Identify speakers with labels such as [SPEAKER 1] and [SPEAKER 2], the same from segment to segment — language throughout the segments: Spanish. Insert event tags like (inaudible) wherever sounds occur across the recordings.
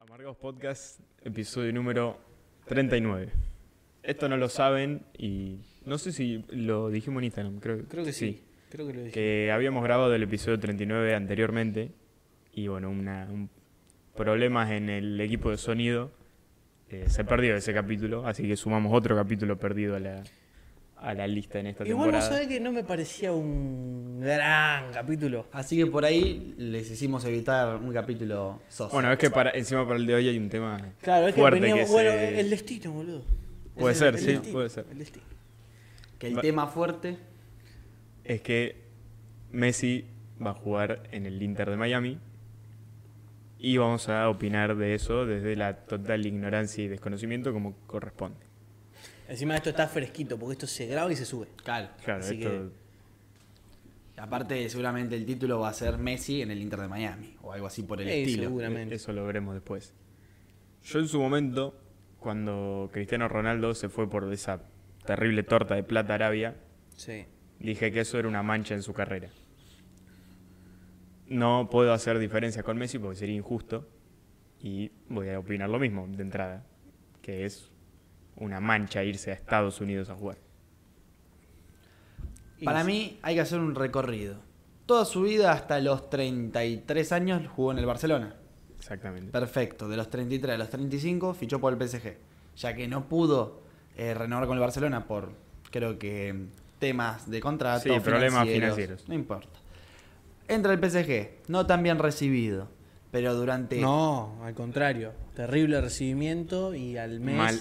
[SPEAKER 1] Amargados Podcast, episodio número 39. Esto no lo saben y no sé si lo dijimos en Instagram, creo,
[SPEAKER 2] Creo que sí. Creo que lo dije.
[SPEAKER 1] Que habíamos grabado el episodio 39 anteriormente y bueno, una, un- problemas en el equipo de sonido. eh, se perdió ese capítulo, así que sumamos otro capítulo perdido a la, a la lista en esta
[SPEAKER 2] Igual vos
[SPEAKER 1] temporada.
[SPEAKER 2] sabés que no me parecía un gran capítulo.
[SPEAKER 3] Así que por ahí les hicimos evitar un capítulo sos.
[SPEAKER 1] Bueno, es que para, encima para el de hoy hay un tema
[SPEAKER 2] Claro, es que
[SPEAKER 1] fuerte
[SPEAKER 2] veníamos.
[SPEAKER 1] se-
[SPEAKER 2] bueno, el destino, boludo.
[SPEAKER 1] Puede
[SPEAKER 2] Es
[SPEAKER 1] ser, sí,
[SPEAKER 2] destino,
[SPEAKER 1] puede ser.
[SPEAKER 2] El destino.
[SPEAKER 3] que el
[SPEAKER 1] va-
[SPEAKER 3] tema fuerte.
[SPEAKER 1] es que Messi va a jugar en el Inter de Miami y vamos a opinar de eso desde la total ignorancia y desconocimiento como corresponde.
[SPEAKER 2] Encima esto está fresquito, porque esto se graba y se sube.
[SPEAKER 3] Claro.
[SPEAKER 1] Claro,
[SPEAKER 2] Así
[SPEAKER 1] esto
[SPEAKER 3] Aparte, seguramente el título va a ser Messi en el Inter de Miami o algo así por el
[SPEAKER 2] Eh,
[SPEAKER 3] estilo.
[SPEAKER 2] seguro. seguramente.
[SPEAKER 1] eso lo veremos después. Yo en su momento, cuando Cristiano Ronaldo se fue por esa terrible torta de plata a Arabia,
[SPEAKER 2] Sí.
[SPEAKER 1] dije que eso era una mancha en su carrera. No puedo hacer diferencias con Messi porque sería injusto y voy a opinar lo mismo de entrada, que es una mancha irse a Estados Unidos a jugar.
[SPEAKER 3] Para mí hay que hacer un recorrido. Toda su vida hasta los 33 años jugó en el Barcelona.
[SPEAKER 1] Exactamente.
[SPEAKER 3] Perfecto, de los 33 a los 35 fichó por el PSG, ya que no pudo eh, renovar con el Barcelona por, creo que, temas de contrato.
[SPEAKER 1] Sí, problemas financieros.
[SPEAKER 3] No importa. Entra el PSG, no tan bien recibido, pero durante...
[SPEAKER 2] No, al contrario. Terrible recibimiento y al mes.
[SPEAKER 1] Mal,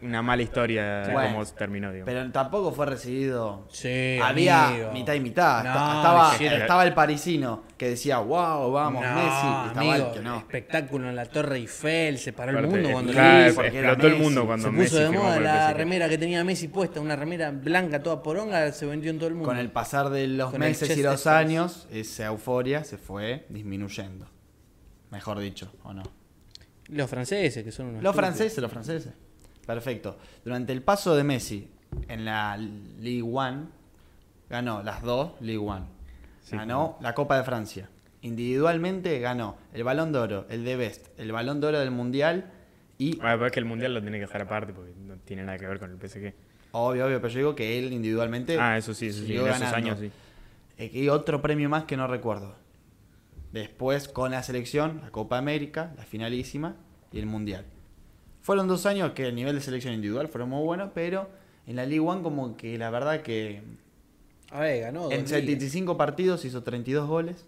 [SPEAKER 1] una mala historia de
[SPEAKER 3] Bueno,
[SPEAKER 1] cómo se terminó, digamos.
[SPEAKER 3] Pero tampoco fue recibido...
[SPEAKER 2] Sí,
[SPEAKER 3] Había
[SPEAKER 2] amigo.
[SPEAKER 3] mitad y mitad.
[SPEAKER 2] No,
[SPEAKER 3] Esta- estaba,
[SPEAKER 2] hicieron-
[SPEAKER 3] estaba el parisino que decía, wow, vamos,
[SPEAKER 2] No,
[SPEAKER 3] Messi. Y estaba
[SPEAKER 2] amigo,
[SPEAKER 3] el que no.
[SPEAKER 2] Espectáculo en la Torre Eiffel, se paró el
[SPEAKER 1] Aparte,
[SPEAKER 2] mundo cuando
[SPEAKER 1] claro,
[SPEAKER 3] Sí, porque era
[SPEAKER 1] explotó el
[SPEAKER 3] Messi.
[SPEAKER 1] mundo cuando
[SPEAKER 2] Se
[SPEAKER 1] Messi
[SPEAKER 2] puso de
[SPEAKER 1] firmó
[SPEAKER 2] moda
[SPEAKER 1] por el
[SPEAKER 2] la
[SPEAKER 1] PSG.
[SPEAKER 2] remera que tenía Messi puesta, una remera blanca toda poronga, se vendió en todo el mundo.
[SPEAKER 3] Con el pasar de los
[SPEAKER 2] Con el
[SPEAKER 3] meses
[SPEAKER 2] chest
[SPEAKER 3] y los
[SPEAKER 2] extras.
[SPEAKER 3] años, esa euforia se fue disminuyendo. Mejor dicho, ¿o no?
[SPEAKER 2] Los franceses, que son unos.
[SPEAKER 3] Los
[SPEAKER 2] estúpidos.
[SPEAKER 3] franceses, los franceses. Perfecto. Durante el paso de Messi en la Ligue 1, ganó las dos Ligue 1.
[SPEAKER 1] Sí.
[SPEAKER 3] Ganó la Copa de Francia. Individualmente ganó el Balón de Oro, el de Best, el Balón de Oro del Mundial y,
[SPEAKER 1] Ah, pero es que el mundial lo tiene que dejar aparte porque no tiene nada que ver con el PSG.
[SPEAKER 3] obvio, obvio, pero yo digo que él individualmente
[SPEAKER 1] Ah, eso sí, eso sí.
[SPEAKER 3] siguió
[SPEAKER 1] En esos
[SPEAKER 3] ganando.
[SPEAKER 1] años sí.
[SPEAKER 3] Eh, Y otro premio más que no recuerdo. Después con la selección, la Copa América, la finalísima y el Mundial. Fueron dos años que el nivel de selección individual fueron muy buenos, pero en la Ligue 1 como que la verdad que
[SPEAKER 2] A ver, Ah, eh, ganó. Oh, dos
[SPEAKER 3] en
[SPEAKER 2] ligas.
[SPEAKER 3] 75 partidos hizo 32 goles.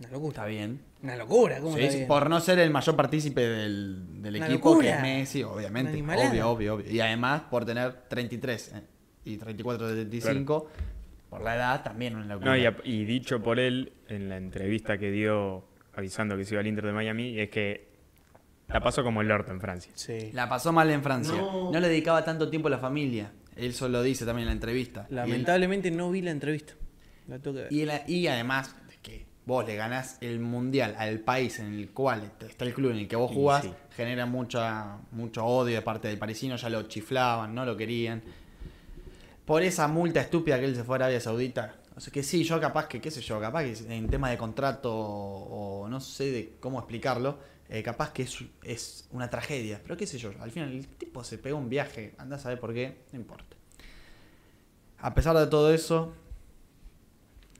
[SPEAKER 2] Una locura.
[SPEAKER 3] Está bien.
[SPEAKER 2] Una locura, ¿cómo
[SPEAKER 3] Sí,
[SPEAKER 2] está bien?
[SPEAKER 3] por no ser el mayor partícipe del, del
[SPEAKER 2] Una
[SPEAKER 3] equipo que
[SPEAKER 2] locura.
[SPEAKER 3] es Messi, obviamente.
[SPEAKER 2] Una animalada.
[SPEAKER 3] Obvio, obvio, obvio. Y además por tener 33 eh, y 34 de 35, por la edad también una locura.
[SPEAKER 1] No, y, ap- y dicho por él en la entrevista que dio avisando que se iba al Inter de Miami, es que la pasó como el orto en Francia.
[SPEAKER 2] Sí.
[SPEAKER 3] La pasó mal en Francia. No, le dedicaba tanto tiempo a la familia. Él solo dice también en la entrevista. Y él-
[SPEAKER 2] Lamentablemente no vi la entrevista. La tengo que ver.
[SPEAKER 3] Y, él- y además, de que vos le ganás el mundial al país en el cual est- está el club en el que vos
[SPEAKER 1] Y
[SPEAKER 3] jugás,
[SPEAKER 1] sí.
[SPEAKER 3] genera mucha, mucho odio de parte del parisino. Ya lo chiflaban, no lo querían. Por esa multa estúpida que él se fue a Arabia Saudita. O sea que sí, yo capaz que, qué sé yo, capaz que en tema de contrato o, o no sé de cómo explicarlo, eh, capaz que es, es una tragedia. Pero qué sé yo, al final el tipo se pegó un viaje, anda a saber por qué, no importa. A pesar de todo eso,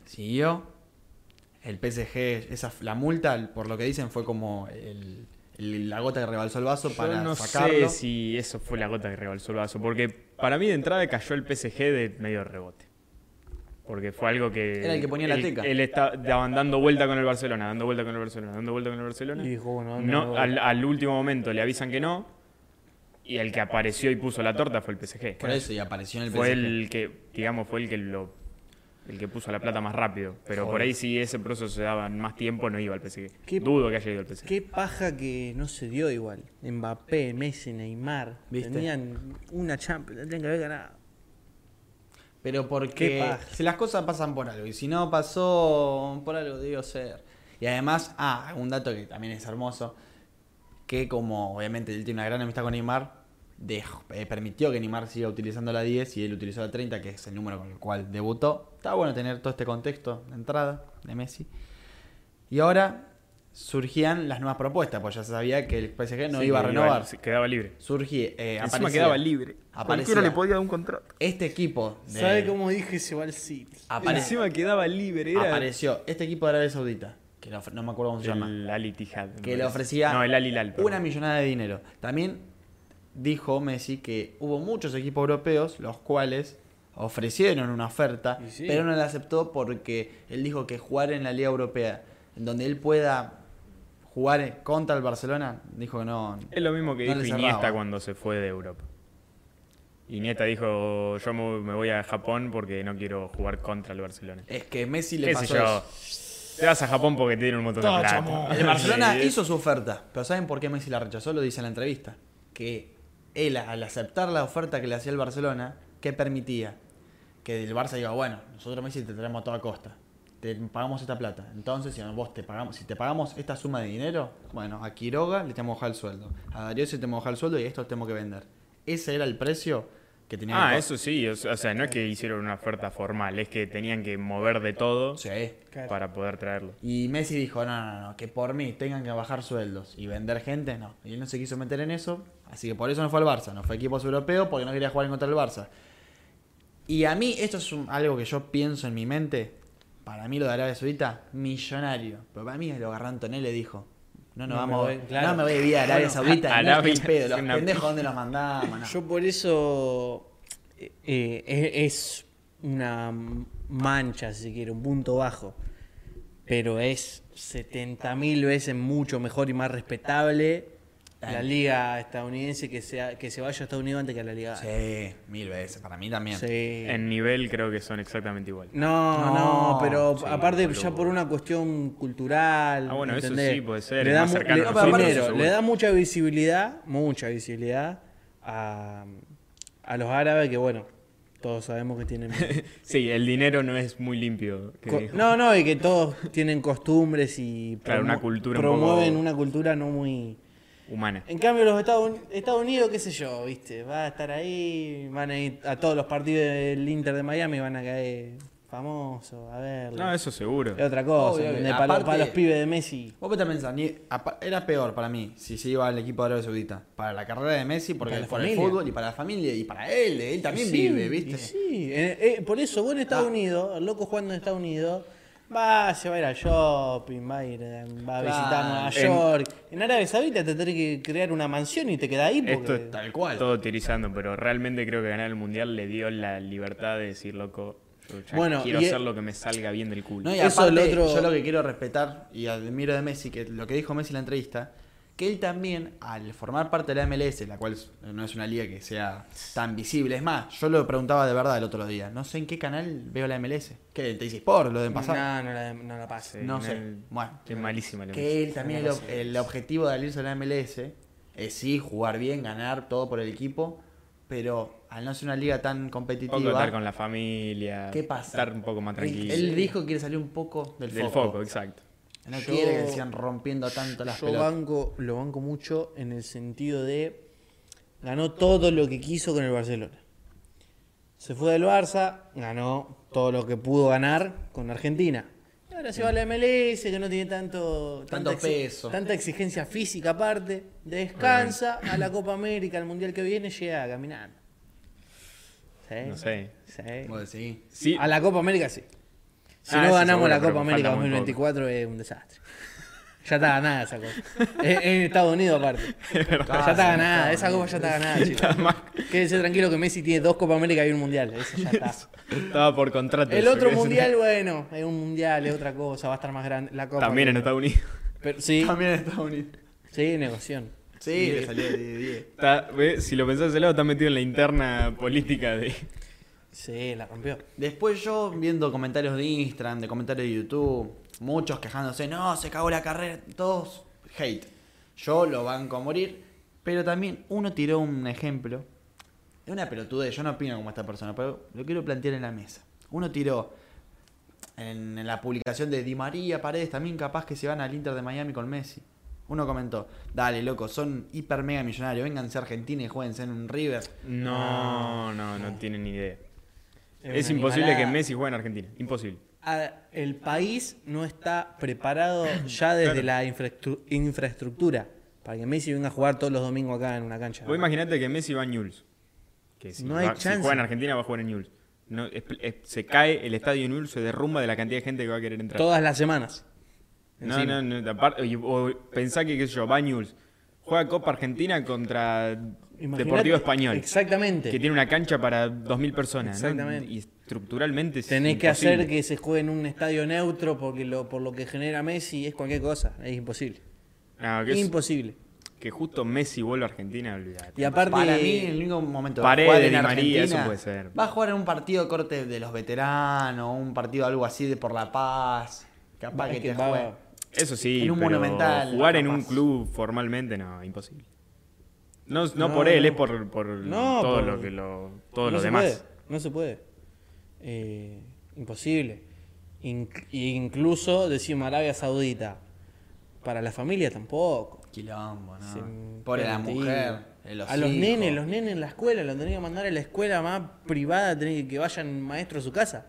[SPEAKER 3] siguió. El PSG, esa, la multa, por lo que dicen, fue como el- el- la gota que rebalsó el vaso para
[SPEAKER 1] Yo no
[SPEAKER 3] sacarlo.
[SPEAKER 1] sé si eso fue la gota que rebalsó el vaso, porque para mí de entrada cayó el PSG de medio rebote. Porque fue algo que.
[SPEAKER 3] Era el que ponía la
[SPEAKER 1] él-
[SPEAKER 3] teca.
[SPEAKER 1] Él estaba dando vuelta con el Barcelona, dando vuelta con el Barcelona, dando vuelta con el Barcelona.
[SPEAKER 2] Y dijo, bueno, dame
[SPEAKER 1] no,
[SPEAKER 2] una
[SPEAKER 1] al, al último momento le avisan que no. Y el que apareció y puso la torta fue el PSG.
[SPEAKER 3] Por eso, y apareció en el
[SPEAKER 1] fue
[SPEAKER 3] PSG.
[SPEAKER 1] el que, digamos, fue el que lo el que puso la plata más rápido. Pero por
[SPEAKER 3] Joder.
[SPEAKER 1] ahí si ese proceso se daba en más tiempo, no iba al PSG.
[SPEAKER 2] ¿Qué-
[SPEAKER 1] Dudo que haya ido al PSG.
[SPEAKER 2] Qué paja que no se dio igual. Mbappé, Messi, Neymar.
[SPEAKER 3] ¿Viste?
[SPEAKER 2] Tenían una Champions, la tenían que haber ganado.
[SPEAKER 3] Pero
[SPEAKER 2] Qué
[SPEAKER 3] porque
[SPEAKER 2] paja.
[SPEAKER 3] si las cosas pasan por algo y si no pasó por algo debió ser. Y además, ah, un dato que también es hermoso, que como obviamente él tiene una gran amistad con Neymar, dejó- eh, permitió que Neymar siga utilizando la 10 y él utilizó la 30, que es el número con el cual debutó. Está bueno tener todo este contexto de entrada de Messi. Y ahora surgían las nuevas propuestas, pues ya se sabía que el PSG no iba a renovar.
[SPEAKER 1] se quedaba libre.
[SPEAKER 3] Surgía, eh,
[SPEAKER 1] Encima
[SPEAKER 3] aparecía.
[SPEAKER 1] quedaba libre.
[SPEAKER 3] Aparecía.
[SPEAKER 1] Cualquiera le podía dar un contrato.
[SPEAKER 3] Este equipo de-
[SPEAKER 2] ¿Sabe cómo dije se va al City?
[SPEAKER 3] apare-
[SPEAKER 1] Encima quedaba libre. Era
[SPEAKER 3] apareció este equipo de Arabia Saudita, que no, no me acuerdo cómo se llama,
[SPEAKER 1] el Al Ittihad, me
[SPEAKER 3] que le
[SPEAKER 1] parece.
[SPEAKER 3] ofrecía
[SPEAKER 1] No, el Al Hilal, perdón.
[SPEAKER 3] una millonada de dinero. También dijo Messi que hubo muchos equipos europeos los cuales ofrecieron una oferta,
[SPEAKER 2] Y sí.
[SPEAKER 3] pero no la aceptó porque él dijo que jugar en la Liga Europea, en donde él pueda jugar contra el Barcelona, dijo que no.
[SPEAKER 1] Es lo mismo que
[SPEAKER 3] No le
[SPEAKER 1] dijo
[SPEAKER 3] cerraba.
[SPEAKER 1] Iniesta cuando se fue de Europa. Iniesta dijo, yo me me voy a Japón porque no quiero jugar contra el Barcelona.
[SPEAKER 3] Es que Messi le
[SPEAKER 1] ¿Qué sé
[SPEAKER 3] pasó
[SPEAKER 1] yo?
[SPEAKER 3] eso.
[SPEAKER 1] Te vas a Japón porque te dieron un montón de plata.
[SPEAKER 3] El Barcelona
[SPEAKER 1] Sí.
[SPEAKER 3] hizo su oferta, pero ¿saben por qué Messi la rechazó? Lo dice en la entrevista. Que él, al aceptar la oferta que le hacía el Barcelona, ¿qué permitía? Que el Barça diga, bueno, nosotros Messi te traemos a toda costa. Te pagamos esta plata. Entonces, si a vos te pagamos, si te pagamos esta suma de dinero, bueno, a Quiroga le tenemos que bajar el sueldo. A Darío se tenemos que bajar el sueldo y a estos tenemos que vender. Ese era el precio que tenía que
[SPEAKER 1] Ah,
[SPEAKER 3] pagar.
[SPEAKER 1] eso sí, o sea, o sea, no es que hicieron una oferta formal, es que tenían que mover de todo
[SPEAKER 3] Sí.
[SPEAKER 2] Claro.
[SPEAKER 1] para poder traerlo.
[SPEAKER 3] Y Messi dijo, no, no, no, que por mí tengan que bajar sueldos y vender gente, no. Y él no se quiso meter en eso, así que por eso no fue al Barça, no fue a equipos europeos porque no quería jugar en contra del Barça. Y a mí, esto es un- algo que yo pienso en mi mente, para mí lo de Arabia Saudita, millonario. Pero para mí lo agarró Antonelli y dijo, no, no,
[SPEAKER 2] No me
[SPEAKER 3] vamos,
[SPEAKER 2] voy, claro.
[SPEAKER 3] no me voy de vida a Arabia
[SPEAKER 2] Bueno,
[SPEAKER 3] Saudita,
[SPEAKER 1] a-
[SPEAKER 3] ni en
[SPEAKER 1] Arabia
[SPEAKER 3] pedo,
[SPEAKER 1] es
[SPEAKER 3] los
[SPEAKER 1] una-
[SPEAKER 3] pendejos dónde los mandamos, no.
[SPEAKER 2] (laughs) Yo por eso eh, eh, es una mancha, si se quiere, un punto bajo. Pero es 70.000 veces mucho mejor y más respetable la liga estadounidense que, sea, que se vaya a Estados Unidos antes que a la liga.
[SPEAKER 3] Sí, mil veces, para mí también.
[SPEAKER 2] Sí.
[SPEAKER 1] En nivel creo que son exactamente iguales.
[SPEAKER 2] No,
[SPEAKER 3] No,
[SPEAKER 2] no, pero
[SPEAKER 1] sí,
[SPEAKER 2] aparte
[SPEAKER 1] boludo.
[SPEAKER 2] ya por una cuestión cultural.
[SPEAKER 1] Ah, bueno, eso
[SPEAKER 2] ¿entendés?
[SPEAKER 1] sí puede ser,
[SPEAKER 2] Le
[SPEAKER 1] es
[SPEAKER 2] da
[SPEAKER 1] más
[SPEAKER 2] mu-
[SPEAKER 1] cercano
[SPEAKER 2] le-
[SPEAKER 1] a nosotros,
[SPEAKER 2] primero,
[SPEAKER 1] eso
[SPEAKER 2] le da
[SPEAKER 1] seguro.
[SPEAKER 2] mucha visibilidad, mucha visibilidad a, a los árabes que, bueno, todos sabemos
[SPEAKER 1] (laughs)
[SPEAKER 2] que tienen.
[SPEAKER 1] (laughs) Sí, el dinero no es muy limpio. que
[SPEAKER 2] co-
[SPEAKER 1] dijo.
[SPEAKER 2] no, no, y que todos tienen costumbres y
[SPEAKER 1] Claro, una
[SPEAKER 2] promo-
[SPEAKER 1] cultura un
[SPEAKER 2] promueven
[SPEAKER 1] poco-
[SPEAKER 2] una cultura no muy.
[SPEAKER 1] Humana.
[SPEAKER 2] En cambio, los Estados, Uni- Estados Unidos, qué sé yo, viste, va a estar ahí, van a ir a todos los partidos del Inter de Miami, van a caer famosos, a ver.
[SPEAKER 1] No, eso seguro.
[SPEAKER 2] Es otra cosa,
[SPEAKER 3] Obvio,
[SPEAKER 2] ¿entendés?
[SPEAKER 3] obvio.
[SPEAKER 2] Para,
[SPEAKER 3] Aparte-
[SPEAKER 2] para los pibes de Messi.
[SPEAKER 3] Vos te pensás, ni- apa- era peor para mí si se iba al equipo de Arabia Saudita. Para la carrera de Messi, porque
[SPEAKER 2] Para la
[SPEAKER 3] por el
[SPEAKER 2] familia.
[SPEAKER 3] fútbol y para la familia y para él, él también
[SPEAKER 2] Y sí,
[SPEAKER 3] vive,
[SPEAKER 2] y
[SPEAKER 3] ¿viste?
[SPEAKER 2] Sí, Eh, eh, por eso vos en Estados
[SPEAKER 3] Ah.
[SPEAKER 2] Unidos, el loco jugando en Estados Unidos, va, se va a ir al shopping, va a, ir, eh, va a
[SPEAKER 3] Claro.
[SPEAKER 2] visitar Nueva
[SPEAKER 1] En-
[SPEAKER 2] York. En Arabia Saudita te tenés que crear una mansión y te quedás ahí
[SPEAKER 1] Esto
[SPEAKER 2] porque...
[SPEAKER 1] está-
[SPEAKER 3] Tal cual.
[SPEAKER 1] Todo utilizando, pero realmente creo que ganar el mundial le dio la libertad de decir, loco, yo ya
[SPEAKER 2] Bueno,
[SPEAKER 1] quiero
[SPEAKER 2] y-
[SPEAKER 1] hacer lo que me salga bien del culo.
[SPEAKER 3] e No, y
[SPEAKER 2] Eso
[SPEAKER 3] aparte,
[SPEAKER 2] el otro-
[SPEAKER 3] yo lo que quiero respetar y admiro de Messi, que lo que dijo Messi en la entrevista, que él también, al formar parte de la MLS, la cual es- no es una liga que sea tan visible, es más, yo lo preguntaba de verdad el otro día, no sé en qué canal veo la MLS, que el Teis Sport, lo deben pasar.
[SPEAKER 2] No, no la, no la pase.
[SPEAKER 3] no sé.
[SPEAKER 1] el-
[SPEAKER 3] Bueno.
[SPEAKER 1] es malísima la
[SPEAKER 3] Que él también el, el objetivo de salirse de la MLS es sí jugar bien, ganar todo por el equipo, pero al no ser una liga
[SPEAKER 1] Un poco
[SPEAKER 3] tan
[SPEAKER 2] ah.
[SPEAKER 1] estar
[SPEAKER 3] competitiva,
[SPEAKER 1] con la familia.
[SPEAKER 3] ¿qué pasa?
[SPEAKER 1] Estar un poco más tranquilo.
[SPEAKER 3] él dijo que quiere salir un poco del,
[SPEAKER 1] Del foco, exacto.
[SPEAKER 3] No
[SPEAKER 2] Yo-
[SPEAKER 3] quiere que sigan rompiendo tanto las
[SPEAKER 2] Yo
[SPEAKER 3] pelotas.
[SPEAKER 2] banco, lo banco mucho en el sentido de ganó todo lo que quiso con el Barcelona. Se fue del Barça, ganó todo lo que pudo ganar con Argentina. Y ahora se va a la MLS, que no tiene tanto,
[SPEAKER 3] Tanto
[SPEAKER 2] tanta exi-
[SPEAKER 3] peso.
[SPEAKER 2] Tanta exigencia física aparte. Descansa a la Copa América, al Mundial que viene, llega caminando. ¿Sí?
[SPEAKER 1] No sé.
[SPEAKER 2] Sí.
[SPEAKER 3] Vos decís.
[SPEAKER 1] Sí,
[SPEAKER 2] A la Copa América sí. Si
[SPEAKER 1] Ah,
[SPEAKER 2] no
[SPEAKER 1] eso
[SPEAKER 2] ganamos
[SPEAKER 1] seguro,
[SPEAKER 2] la
[SPEAKER 1] pero
[SPEAKER 2] Copa
[SPEAKER 1] falta
[SPEAKER 2] América
[SPEAKER 1] muy
[SPEAKER 2] 2024 es un desastre. (laughs) Ya está ganada
[SPEAKER 1] (laughs)
[SPEAKER 2] esa copa. en, en Estados Unidos aparte. ya está ganada, esa copa ya está ganada, chicos. Quédense tranquilo que Messi tiene dos Copa América y un mundial. Eso
[SPEAKER 1] (laughs)
[SPEAKER 2] ya está.
[SPEAKER 1] estaba por contrato.
[SPEAKER 2] El
[SPEAKER 1] eso,
[SPEAKER 2] otro
[SPEAKER 1] que es-
[SPEAKER 2] mundial, bueno, es un mundial, es otra cosa, va a estar más grande. La copa.
[SPEAKER 1] También en Estados Unidos. (laughs)
[SPEAKER 2] Pero, sí,
[SPEAKER 3] También en Estados Unidos.
[SPEAKER 2] sí, negoción.
[SPEAKER 3] Sí, le salió de 10.
[SPEAKER 1] Está- ve, Si lo pensás de ese lado, está metido en la interna política de.
[SPEAKER 2] Sí, la rompió.
[SPEAKER 3] Después yo viendo comentarios de Instagram, de comentarios de YouTube, muchos quejándose, no, se cagó la carrera, todos hate. Yo lo banco a morir, pero también uno tiró un ejemplo. Es una pelotudez, yo no opino como esta persona, pero lo quiero plantear en la mesa. Uno tiró en, en la publicación de Di María, Paredes, también capaz que se van al Inter de Miami con Messi. Uno comentó, dale loco, son hiper mega millonarios, vénganse a Argentina y jueguense en un River.
[SPEAKER 1] No, no, no tienen ni idea.
[SPEAKER 2] Es
[SPEAKER 1] Es,
[SPEAKER 2] una
[SPEAKER 1] imposible que
[SPEAKER 2] animalada.
[SPEAKER 1] Messi juegue en Argentina. Imposible.
[SPEAKER 2] a- Ah, el país no está preparado ya desde la infraestru- infraestructura para que Messi venga a jugar todos los domingos acá en una cancha.
[SPEAKER 1] Vos imaginate que Messi va a Newell's. Que si,
[SPEAKER 2] Ah. No hay
[SPEAKER 1] va- si
[SPEAKER 2] chance.
[SPEAKER 1] juega en Argentina va a jugar en Newell's. No, es- es- se cae el estadio Newell's, se derrumba de la cantidad de gente que va a querer entrar.
[SPEAKER 2] Todas las semanas.
[SPEAKER 1] no,
[SPEAKER 2] Encima.
[SPEAKER 1] no, no, aparte- y- o pensá que, qué sé yo, va a Newell's, juega Copa Argentina contra
[SPEAKER 2] Imaginate-
[SPEAKER 1] Deportivo Español,
[SPEAKER 2] Exactamente.
[SPEAKER 1] que tiene una cancha para 2.000 personas. ¿no?
[SPEAKER 2] Exactamente.
[SPEAKER 1] Y estructuralmente es
[SPEAKER 2] Tenés que
[SPEAKER 1] imposible.
[SPEAKER 2] hacer que se juegue en un estadio neutro porque lo, por lo que genera Messi es cualquier cosa. Es imposible.
[SPEAKER 1] No, que, es-
[SPEAKER 2] imposible.
[SPEAKER 1] que justo Messi vuelva a Argentina, olvidate.
[SPEAKER 2] Y aparte.
[SPEAKER 3] Pues Para mí, en ningún momento.
[SPEAKER 1] Paredes,
[SPEAKER 3] va a jugar en
[SPEAKER 1] Di María,
[SPEAKER 3] Argentina,
[SPEAKER 1] eso puede ser.
[SPEAKER 3] Va a jugar en un partido de corte de los veteranos, un partido algo así de por la paz. Capaz
[SPEAKER 2] es
[SPEAKER 3] que,
[SPEAKER 2] que
[SPEAKER 3] te
[SPEAKER 2] va-
[SPEAKER 3] juegue.
[SPEAKER 1] Eso sí,
[SPEAKER 3] En un
[SPEAKER 1] pero
[SPEAKER 3] Monumental,
[SPEAKER 1] jugar en
[SPEAKER 3] capaz.
[SPEAKER 1] un club formalmente no, imposible. No, no,
[SPEAKER 2] No,
[SPEAKER 1] por él,
[SPEAKER 2] no.
[SPEAKER 1] es por, por
[SPEAKER 2] No,
[SPEAKER 1] todo
[SPEAKER 2] por-
[SPEAKER 1] lo que lo, todo
[SPEAKER 2] no
[SPEAKER 1] lo
[SPEAKER 2] se
[SPEAKER 1] demás.
[SPEAKER 2] puede, no se puede. Eh, imposible. Inc- incluso decimos Arabia Saudita. Para la familia tampoco.
[SPEAKER 3] Quilombo, ¿no?
[SPEAKER 2] Se-
[SPEAKER 3] Pobre la
[SPEAKER 2] permitido.
[SPEAKER 3] mujer. eh,
[SPEAKER 2] Mm, a los
[SPEAKER 3] hijos.
[SPEAKER 2] nenes, los nenes en la escuela, los tenés que mandar a la escuela más privada, tenés que, que vayan maestros a su casa.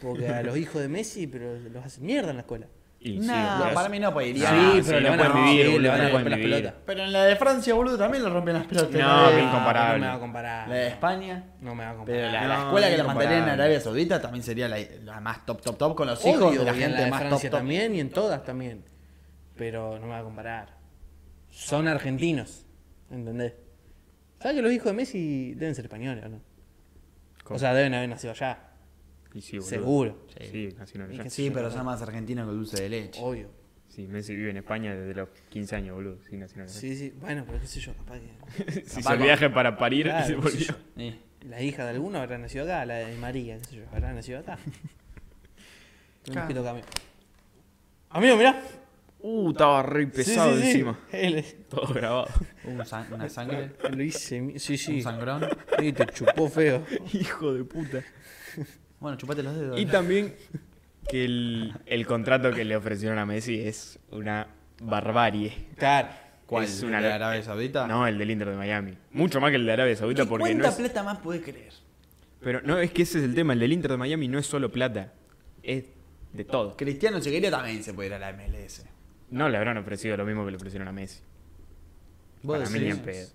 [SPEAKER 2] Porque a
[SPEAKER 3] (laughs)
[SPEAKER 2] los hijos de Messi, pero los hacen mierda en la escuela.
[SPEAKER 1] Y sí,
[SPEAKER 3] No,
[SPEAKER 1] boludo,
[SPEAKER 3] para mí no puede ir.
[SPEAKER 1] Sí,
[SPEAKER 2] Sí,
[SPEAKER 1] Ah,
[SPEAKER 2] pero
[SPEAKER 1] sí,
[SPEAKER 2] le
[SPEAKER 1] no
[SPEAKER 2] van pues, a
[SPEAKER 1] pueden vivir,
[SPEAKER 2] sí,
[SPEAKER 1] boludo,
[SPEAKER 2] le van
[SPEAKER 1] no
[SPEAKER 2] a romper las
[SPEAKER 1] pueden vivir.
[SPEAKER 2] pelotas.
[SPEAKER 3] Pero en la de Francia, boludo, también le rompen las pelotas.
[SPEAKER 1] No,
[SPEAKER 3] Eh,
[SPEAKER 1] que incomparable.
[SPEAKER 2] No me va a comparar.
[SPEAKER 3] La de España.
[SPEAKER 2] No me va a
[SPEAKER 3] Pero
[SPEAKER 2] comparar.
[SPEAKER 3] la,
[SPEAKER 1] No,
[SPEAKER 3] la escuela que la
[SPEAKER 1] incomparable.
[SPEAKER 3] mandaría en Arabia Saudita también sería la, la más top, top, top con los
[SPEAKER 2] Obvio,
[SPEAKER 3] hijos de la
[SPEAKER 2] y en
[SPEAKER 3] gente
[SPEAKER 2] la de
[SPEAKER 3] más top,
[SPEAKER 2] Francia
[SPEAKER 3] top.
[SPEAKER 2] también y en todas también. Pero no me va a comparar. Son argentinos, ¿entendés? ¿Sabes que los hijos de Messi deben ser españoles o no?
[SPEAKER 1] ¿Cómo?
[SPEAKER 2] O sea, deben haber nacido allá,
[SPEAKER 1] Y sí, boludo.
[SPEAKER 2] seguro.
[SPEAKER 1] Sí, así no
[SPEAKER 2] Es que
[SPEAKER 3] Sí, pero son más argentinos que dulce de leche.
[SPEAKER 2] Obvio.
[SPEAKER 1] Sí, Messi vive en España desde los 15 años, boludo. Sí, así no lo sé. (laughs)
[SPEAKER 2] Sí, sí. Bueno, pero qué sé yo, capaz que...
[SPEAKER 1] Se hizo
[SPEAKER 3] Capaz
[SPEAKER 1] el
[SPEAKER 3] con-
[SPEAKER 1] viaje para parir y se
[SPEAKER 2] Claro, qué sé
[SPEAKER 1] volvió.
[SPEAKER 2] yo.
[SPEAKER 3] Sí.
[SPEAKER 2] La hija de alguno habrá nacido acá, la de María, qué sé yo, habrá
[SPEAKER 1] (laughs)
[SPEAKER 2] nacido acá. Tenemos
[SPEAKER 3] Claro.
[SPEAKER 2] que tocar a mí. Amigo, mirá.
[SPEAKER 1] Uh, estaba re pesado
[SPEAKER 2] Sí, sí, sí.
[SPEAKER 1] encima.
[SPEAKER 2] Él-
[SPEAKER 1] Todo grabado.
[SPEAKER 3] Un
[SPEAKER 2] (laughs)
[SPEAKER 3] san- una sangre.
[SPEAKER 2] lo hice, mi- sí, sí.
[SPEAKER 3] Un sangrón.
[SPEAKER 2] Y te chupó feo.
[SPEAKER 1] (laughs) Hijo de puta.
[SPEAKER 3] Bueno, chupate los dedos.
[SPEAKER 1] Y también que el, el contrato que le ofrecieron a Messi es una barbarie.
[SPEAKER 2] Claro.
[SPEAKER 3] ¿Cuál?
[SPEAKER 1] es una-
[SPEAKER 3] ¿El de Arabia Saudita?
[SPEAKER 1] No, el del Inter de Miami. Mucho más que el de Arabia Saudita
[SPEAKER 3] ¿Qué
[SPEAKER 1] porque no
[SPEAKER 3] ¿Cuánta
[SPEAKER 1] es...
[SPEAKER 3] plata más puede creer?
[SPEAKER 1] Pero no, es que ese es el tema. El del Inter de Miami no es solo plata. Es de todo.
[SPEAKER 3] Cristiano Seguiría también se puede ir a la MLS.
[SPEAKER 1] No le habrán ofrecido lo mismo que le ofrecieron a Messi.
[SPEAKER 3] ¿Vos
[SPEAKER 1] Para mí ni
[SPEAKER 3] decís?
[SPEAKER 1] en pedo.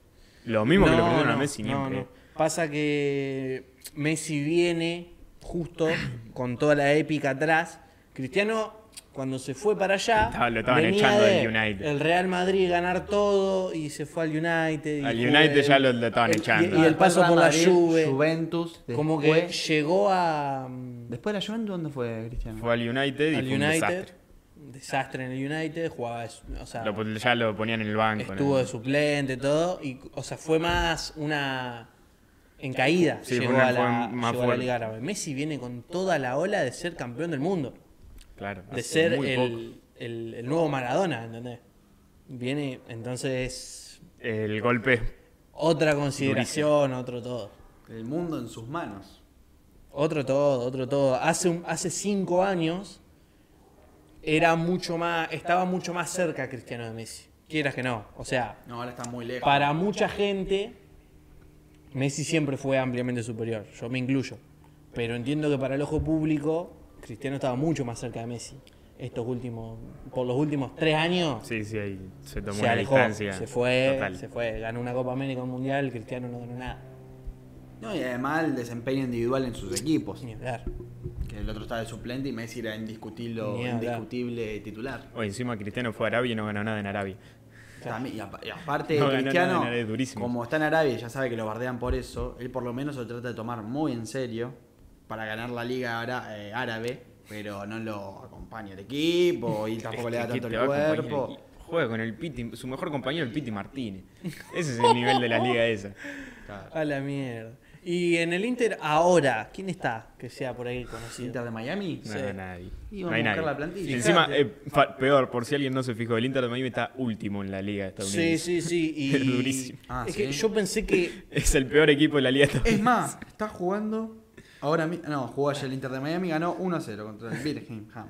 [SPEAKER 1] Lo mismo que le
[SPEAKER 2] No,
[SPEAKER 1] ofrecieron a
[SPEAKER 2] no,
[SPEAKER 1] Messi ni
[SPEAKER 2] no,
[SPEAKER 1] en
[SPEAKER 2] no.
[SPEAKER 1] pedo.
[SPEAKER 2] Pasa que Messi viene justo con toda la épica atrás. Cristiano, cuando se fue para allá,
[SPEAKER 1] Estaba- lo estaban
[SPEAKER 2] venía
[SPEAKER 1] echando
[SPEAKER 2] de
[SPEAKER 1] del United.
[SPEAKER 2] El Real Madrid ganar todo y se fue al United. y
[SPEAKER 1] Al
[SPEAKER 2] jugó
[SPEAKER 1] United
[SPEAKER 2] el-
[SPEAKER 1] ya lo- lo estaban
[SPEAKER 2] el-
[SPEAKER 1] echando.
[SPEAKER 2] Y, y el
[SPEAKER 3] Después
[SPEAKER 2] paso por la
[SPEAKER 3] Ah, Real Madrid,
[SPEAKER 2] Juve.
[SPEAKER 3] Juventus.
[SPEAKER 2] como que
[SPEAKER 3] después-
[SPEAKER 2] llegó a. mm,
[SPEAKER 3] Después de la Juventus, ¿dónde fue Cristiano?
[SPEAKER 1] Fue al United y
[SPEAKER 2] al
[SPEAKER 1] fue un
[SPEAKER 2] United.
[SPEAKER 1] desastre.
[SPEAKER 2] Desastre en el United. Jugaba. O sea,
[SPEAKER 1] Lo pon- ya lo ponían en el banco.
[SPEAKER 2] Estuvo
[SPEAKER 1] ¿no?
[SPEAKER 2] de suplente, todo. Y, o sea, fue más una. En caída
[SPEAKER 1] Sí,
[SPEAKER 2] llegó,
[SPEAKER 1] fue una-
[SPEAKER 2] a, la,
[SPEAKER 1] fue más
[SPEAKER 2] llegó a la
[SPEAKER 1] fuerte.
[SPEAKER 2] Liga Árabe. Messi viene con toda la ola de ser campeón del mundo.
[SPEAKER 1] Claro,
[SPEAKER 2] De
[SPEAKER 1] hace
[SPEAKER 2] ser
[SPEAKER 1] muy poco.
[SPEAKER 2] el, el- el nuevo Maradona, ¿entendés? Viene, entonces,
[SPEAKER 1] El golpe.
[SPEAKER 2] otra consideración, otro todo.
[SPEAKER 3] El mundo en sus manos.
[SPEAKER 2] Otro todo, otro todo. Hace, un- hace cinco años era mucho más, estaba mucho más cerca Cristiano de Messi. Quieras que no. O sea,
[SPEAKER 3] No, ahora está muy lejos.
[SPEAKER 2] para mucha gente, Messi siempre fue ampliamente superior. Yo me incluyo. Pero entiendo que para el ojo público, Cristiano estaba mucho más cerca de Messi. Estos últimos, por los últimos tres años,
[SPEAKER 1] Sí, sí, ahí se tomó
[SPEAKER 2] se
[SPEAKER 1] una
[SPEAKER 2] alejó,
[SPEAKER 1] distancia.
[SPEAKER 2] se fue,
[SPEAKER 1] total.
[SPEAKER 2] se fue. Ganó una Copa América, un Mundial, Cristiano no ganó nada.
[SPEAKER 3] No, y además el desempeño individual en sus equipos.
[SPEAKER 2] Ni hablar.
[SPEAKER 3] Que el otro estaba de suplente y Messi era indiscutible,
[SPEAKER 2] Ni hablar.
[SPEAKER 3] indiscutible titular.
[SPEAKER 1] O encima Cristiano fue a Arabia y no ganó nada en Arabia.
[SPEAKER 3] También- y, apa- y aparte
[SPEAKER 1] No, ganó
[SPEAKER 3] Cristiano,
[SPEAKER 1] nada, nada, es durísimo.
[SPEAKER 3] como está en Arabia y ya sabe que lo bardean por eso, él por lo menos se trata de tomar muy en serio para ganar la liga ara- eh, árabe, pero no lo acompaña el
[SPEAKER 1] (laughs)
[SPEAKER 3] equipo y tampoco le da
[SPEAKER 1] Es que
[SPEAKER 3] tanto
[SPEAKER 1] te
[SPEAKER 3] el
[SPEAKER 1] Este va a acompañar
[SPEAKER 3] cuerpo.
[SPEAKER 1] equipo. Juega con el Piti, su mejor compañero el Piti Martínez. Ese es el nivel de la liga esa. Ah.
[SPEAKER 3] Claro.
[SPEAKER 2] A la mierda. Y en el Inter, ahora, ¿quién está que sea por ahí
[SPEAKER 3] Inter
[SPEAKER 2] conocido?
[SPEAKER 3] de Miami.
[SPEAKER 1] No,
[SPEAKER 2] Sí.
[SPEAKER 1] no, nadie.
[SPEAKER 3] Iban
[SPEAKER 1] No hay
[SPEAKER 3] a buscar
[SPEAKER 1] nadie.
[SPEAKER 3] la plantilla.
[SPEAKER 1] Encima,
[SPEAKER 3] Fíjate.
[SPEAKER 1] eh, fa- peor, por si alguien no se fijó, el Inter de Miami está último en la liga
[SPEAKER 2] Sí,
[SPEAKER 1] estadounidense. (laughs)
[SPEAKER 2] sí, sí. Y
[SPEAKER 1] Es durísimo.
[SPEAKER 3] Ah,
[SPEAKER 2] es
[SPEAKER 3] ¿sí?
[SPEAKER 2] que yo pensé que
[SPEAKER 1] Es el peor equipo de la liga
[SPEAKER 3] Es
[SPEAKER 1] estadounidense. (laughs)
[SPEAKER 3] más, está jugando ahora mi- No, jugó ayer el Inter de Miami, ganó 1-0 contra el Birmingham.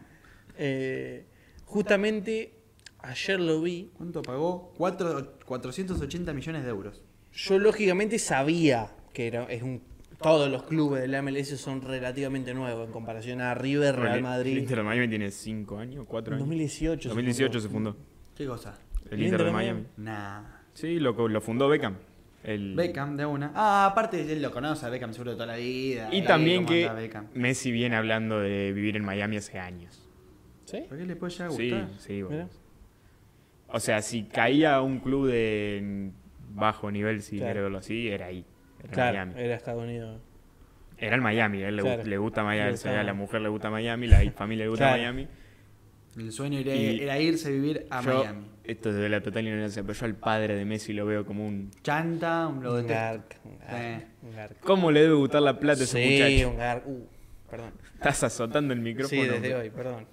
[SPEAKER 2] Eh, justamente ayer lo vi.
[SPEAKER 3] ¿Cuánto pagó? Cuatro- 480 millones de euros.
[SPEAKER 2] Yo lógicamente sabía que era, es un todos los clubes de la MLS son relativamente nuevos en comparación a River, Real
[SPEAKER 1] El
[SPEAKER 2] Madrid.
[SPEAKER 1] Inter de Miami tiene 5 años, 4
[SPEAKER 2] En
[SPEAKER 1] años.
[SPEAKER 2] 2018.
[SPEAKER 1] 2018 se fundó.
[SPEAKER 3] ¿Qué cosa?
[SPEAKER 1] El Inter de Miami.
[SPEAKER 3] Nah.
[SPEAKER 1] Sí, lo, co- lo fundó Beckham. El...
[SPEAKER 3] Beckham de una. Ah, aparte él lo conoce a Beckham seguro de toda la vida.
[SPEAKER 1] Y
[SPEAKER 3] Eh,
[SPEAKER 1] también
[SPEAKER 3] cómo
[SPEAKER 1] que
[SPEAKER 3] anda Beckham.
[SPEAKER 1] Messi viene hablando de vivir en Miami hace años.
[SPEAKER 2] ¿Sí?
[SPEAKER 3] ¿Por qué le puede llegar a
[SPEAKER 1] Sí,
[SPEAKER 3] gustar?
[SPEAKER 1] sí, boludo.
[SPEAKER 2] Mira.
[SPEAKER 1] O sea, si caía un club de bajo nivel, si
[SPEAKER 2] Claro.
[SPEAKER 1] quiero verlo así, era ahí. Era
[SPEAKER 2] Claro,
[SPEAKER 1] Miami.
[SPEAKER 2] era Estados Unidos.
[SPEAKER 1] Era el Miami, a él le,
[SPEAKER 2] Claro.
[SPEAKER 1] gu- le gusta Miami,
[SPEAKER 2] Le
[SPEAKER 1] o sea,
[SPEAKER 2] gusta-
[SPEAKER 1] a la mujer le gusta Miami, la familia le gusta
[SPEAKER 2] Claro.
[SPEAKER 1] Miami.
[SPEAKER 3] El sueño era,
[SPEAKER 1] Y-
[SPEAKER 3] era irse a vivir a
[SPEAKER 1] Yo-
[SPEAKER 3] Miami.
[SPEAKER 1] Esto es de la total ignorancia, pero yo al padre de Messi lo veo como un...
[SPEAKER 3] Chanta, un lo
[SPEAKER 2] Un
[SPEAKER 3] detesto.
[SPEAKER 2] garc, un garc, un garc.
[SPEAKER 1] ¿Cómo le debe gustar la plata a ese
[SPEAKER 2] Sí,
[SPEAKER 1] muchacho?
[SPEAKER 2] un garc. Uh, perdón.
[SPEAKER 1] Estás azotando el micrófono. Ah.
[SPEAKER 2] Sí, desde hoy, perdón.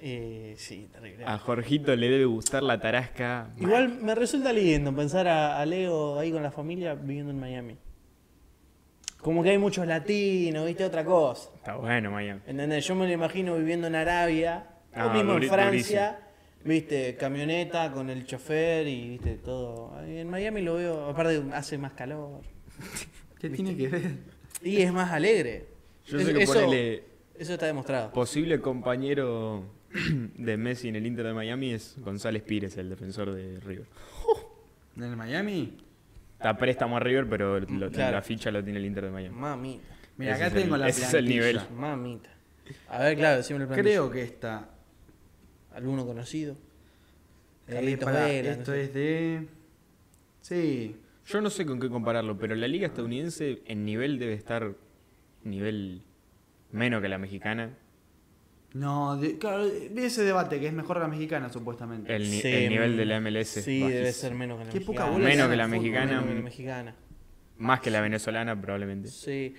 [SPEAKER 2] Eh, sí, terrible.
[SPEAKER 1] A Jorgito le debe gustar la tarasca.
[SPEAKER 2] Igual me resulta lindo pensar a, a Leo ahí con la familia viviendo en Miami. Como que hay muchos latinos, viste, otra cosa.
[SPEAKER 1] Está bueno, Miami.
[SPEAKER 2] ¿Entendés? Yo me lo imagino viviendo en Arabia,
[SPEAKER 1] Ah,
[SPEAKER 2] o mismo
[SPEAKER 1] duri-
[SPEAKER 2] en Francia, viste, camioneta con el chofer y viste todo. Ahí En Miami lo veo, aparte hace más calor.
[SPEAKER 3] ¿Qué tiene que ver?
[SPEAKER 2] Y es más alegre.
[SPEAKER 1] Yo
[SPEAKER 2] Es-
[SPEAKER 1] sé que
[SPEAKER 2] eso,
[SPEAKER 1] ponele
[SPEAKER 2] eso está demostrado.
[SPEAKER 1] posible compañero (clears throat) de Messi en el Inter de Miami es González Pires, el defensor de River.
[SPEAKER 3] ¿En el Miami?
[SPEAKER 1] Está préstamo a River, pero lo-
[SPEAKER 2] Claro.
[SPEAKER 1] la ficha lo tiene el Inter de Miami.
[SPEAKER 2] Mamita,
[SPEAKER 3] Mira,
[SPEAKER 1] Ese
[SPEAKER 3] acá
[SPEAKER 1] es el-
[SPEAKER 3] tengo la
[SPEAKER 1] ese es el
[SPEAKER 3] plantilla.
[SPEAKER 1] nivel.
[SPEAKER 2] mamita. A ver, claro, siempre lo
[SPEAKER 3] Creo que está.
[SPEAKER 2] ¿Alguno conocido?
[SPEAKER 3] Eh,
[SPEAKER 2] Carlitos
[SPEAKER 3] pará,
[SPEAKER 2] Vela, no
[SPEAKER 3] esto
[SPEAKER 2] sé.
[SPEAKER 3] es de. Sí.
[SPEAKER 1] Yo no sé con qué compararlo, pero la liga estadounidense en nivel debe estar nivel menos que la mexicana.
[SPEAKER 3] No, de, claro, vi ese debate que es mejor la mexicana, supuestamente.
[SPEAKER 1] El, ni-
[SPEAKER 2] Sí, mm,
[SPEAKER 1] el nivel de la MLS es
[SPEAKER 2] Sí, debe
[SPEAKER 1] bajísimo.
[SPEAKER 2] ser menos que la
[SPEAKER 3] Qué
[SPEAKER 2] mexicana.
[SPEAKER 3] poca bola
[SPEAKER 1] Menos que la
[SPEAKER 3] al fútbol,
[SPEAKER 1] mexicana,
[SPEAKER 2] Menos que la mexicana.
[SPEAKER 1] más que la venezolana probablemente.
[SPEAKER 2] Sí.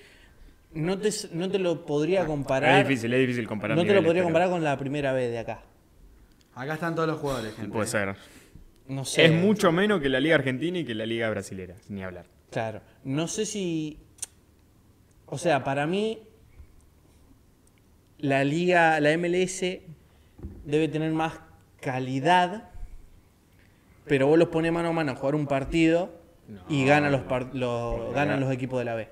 [SPEAKER 2] No te, no te lo podría comparar.
[SPEAKER 1] Ah, Es difícil, es difícil comparar.
[SPEAKER 2] no te lo
[SPEAKER 1] niveles,
[SPEAKER 2] podría
[SPEAKER 1] pero
[SPEAKER 2] comparar con la primera vez de acá.
[SPEAKER 3] Acá están todos los jugadores, gente. eh.
[SPEAKER 1] Puede ser.
[SPEAKER 2] No sé.
[SPEAKER 1] Es mucho menos que la liga argentina y que la liga brasilera, ni hablar.
[SPEAKER 2] Claro. No sé si. O sea, para mí. La liga, la MLS debe tener más calidad. Pero vos los pones mano a mano a jugar un partido y
[SPEAKER 1] No.
[SPEAKER 2] ganan los, par- los- ganan los equipos de la B.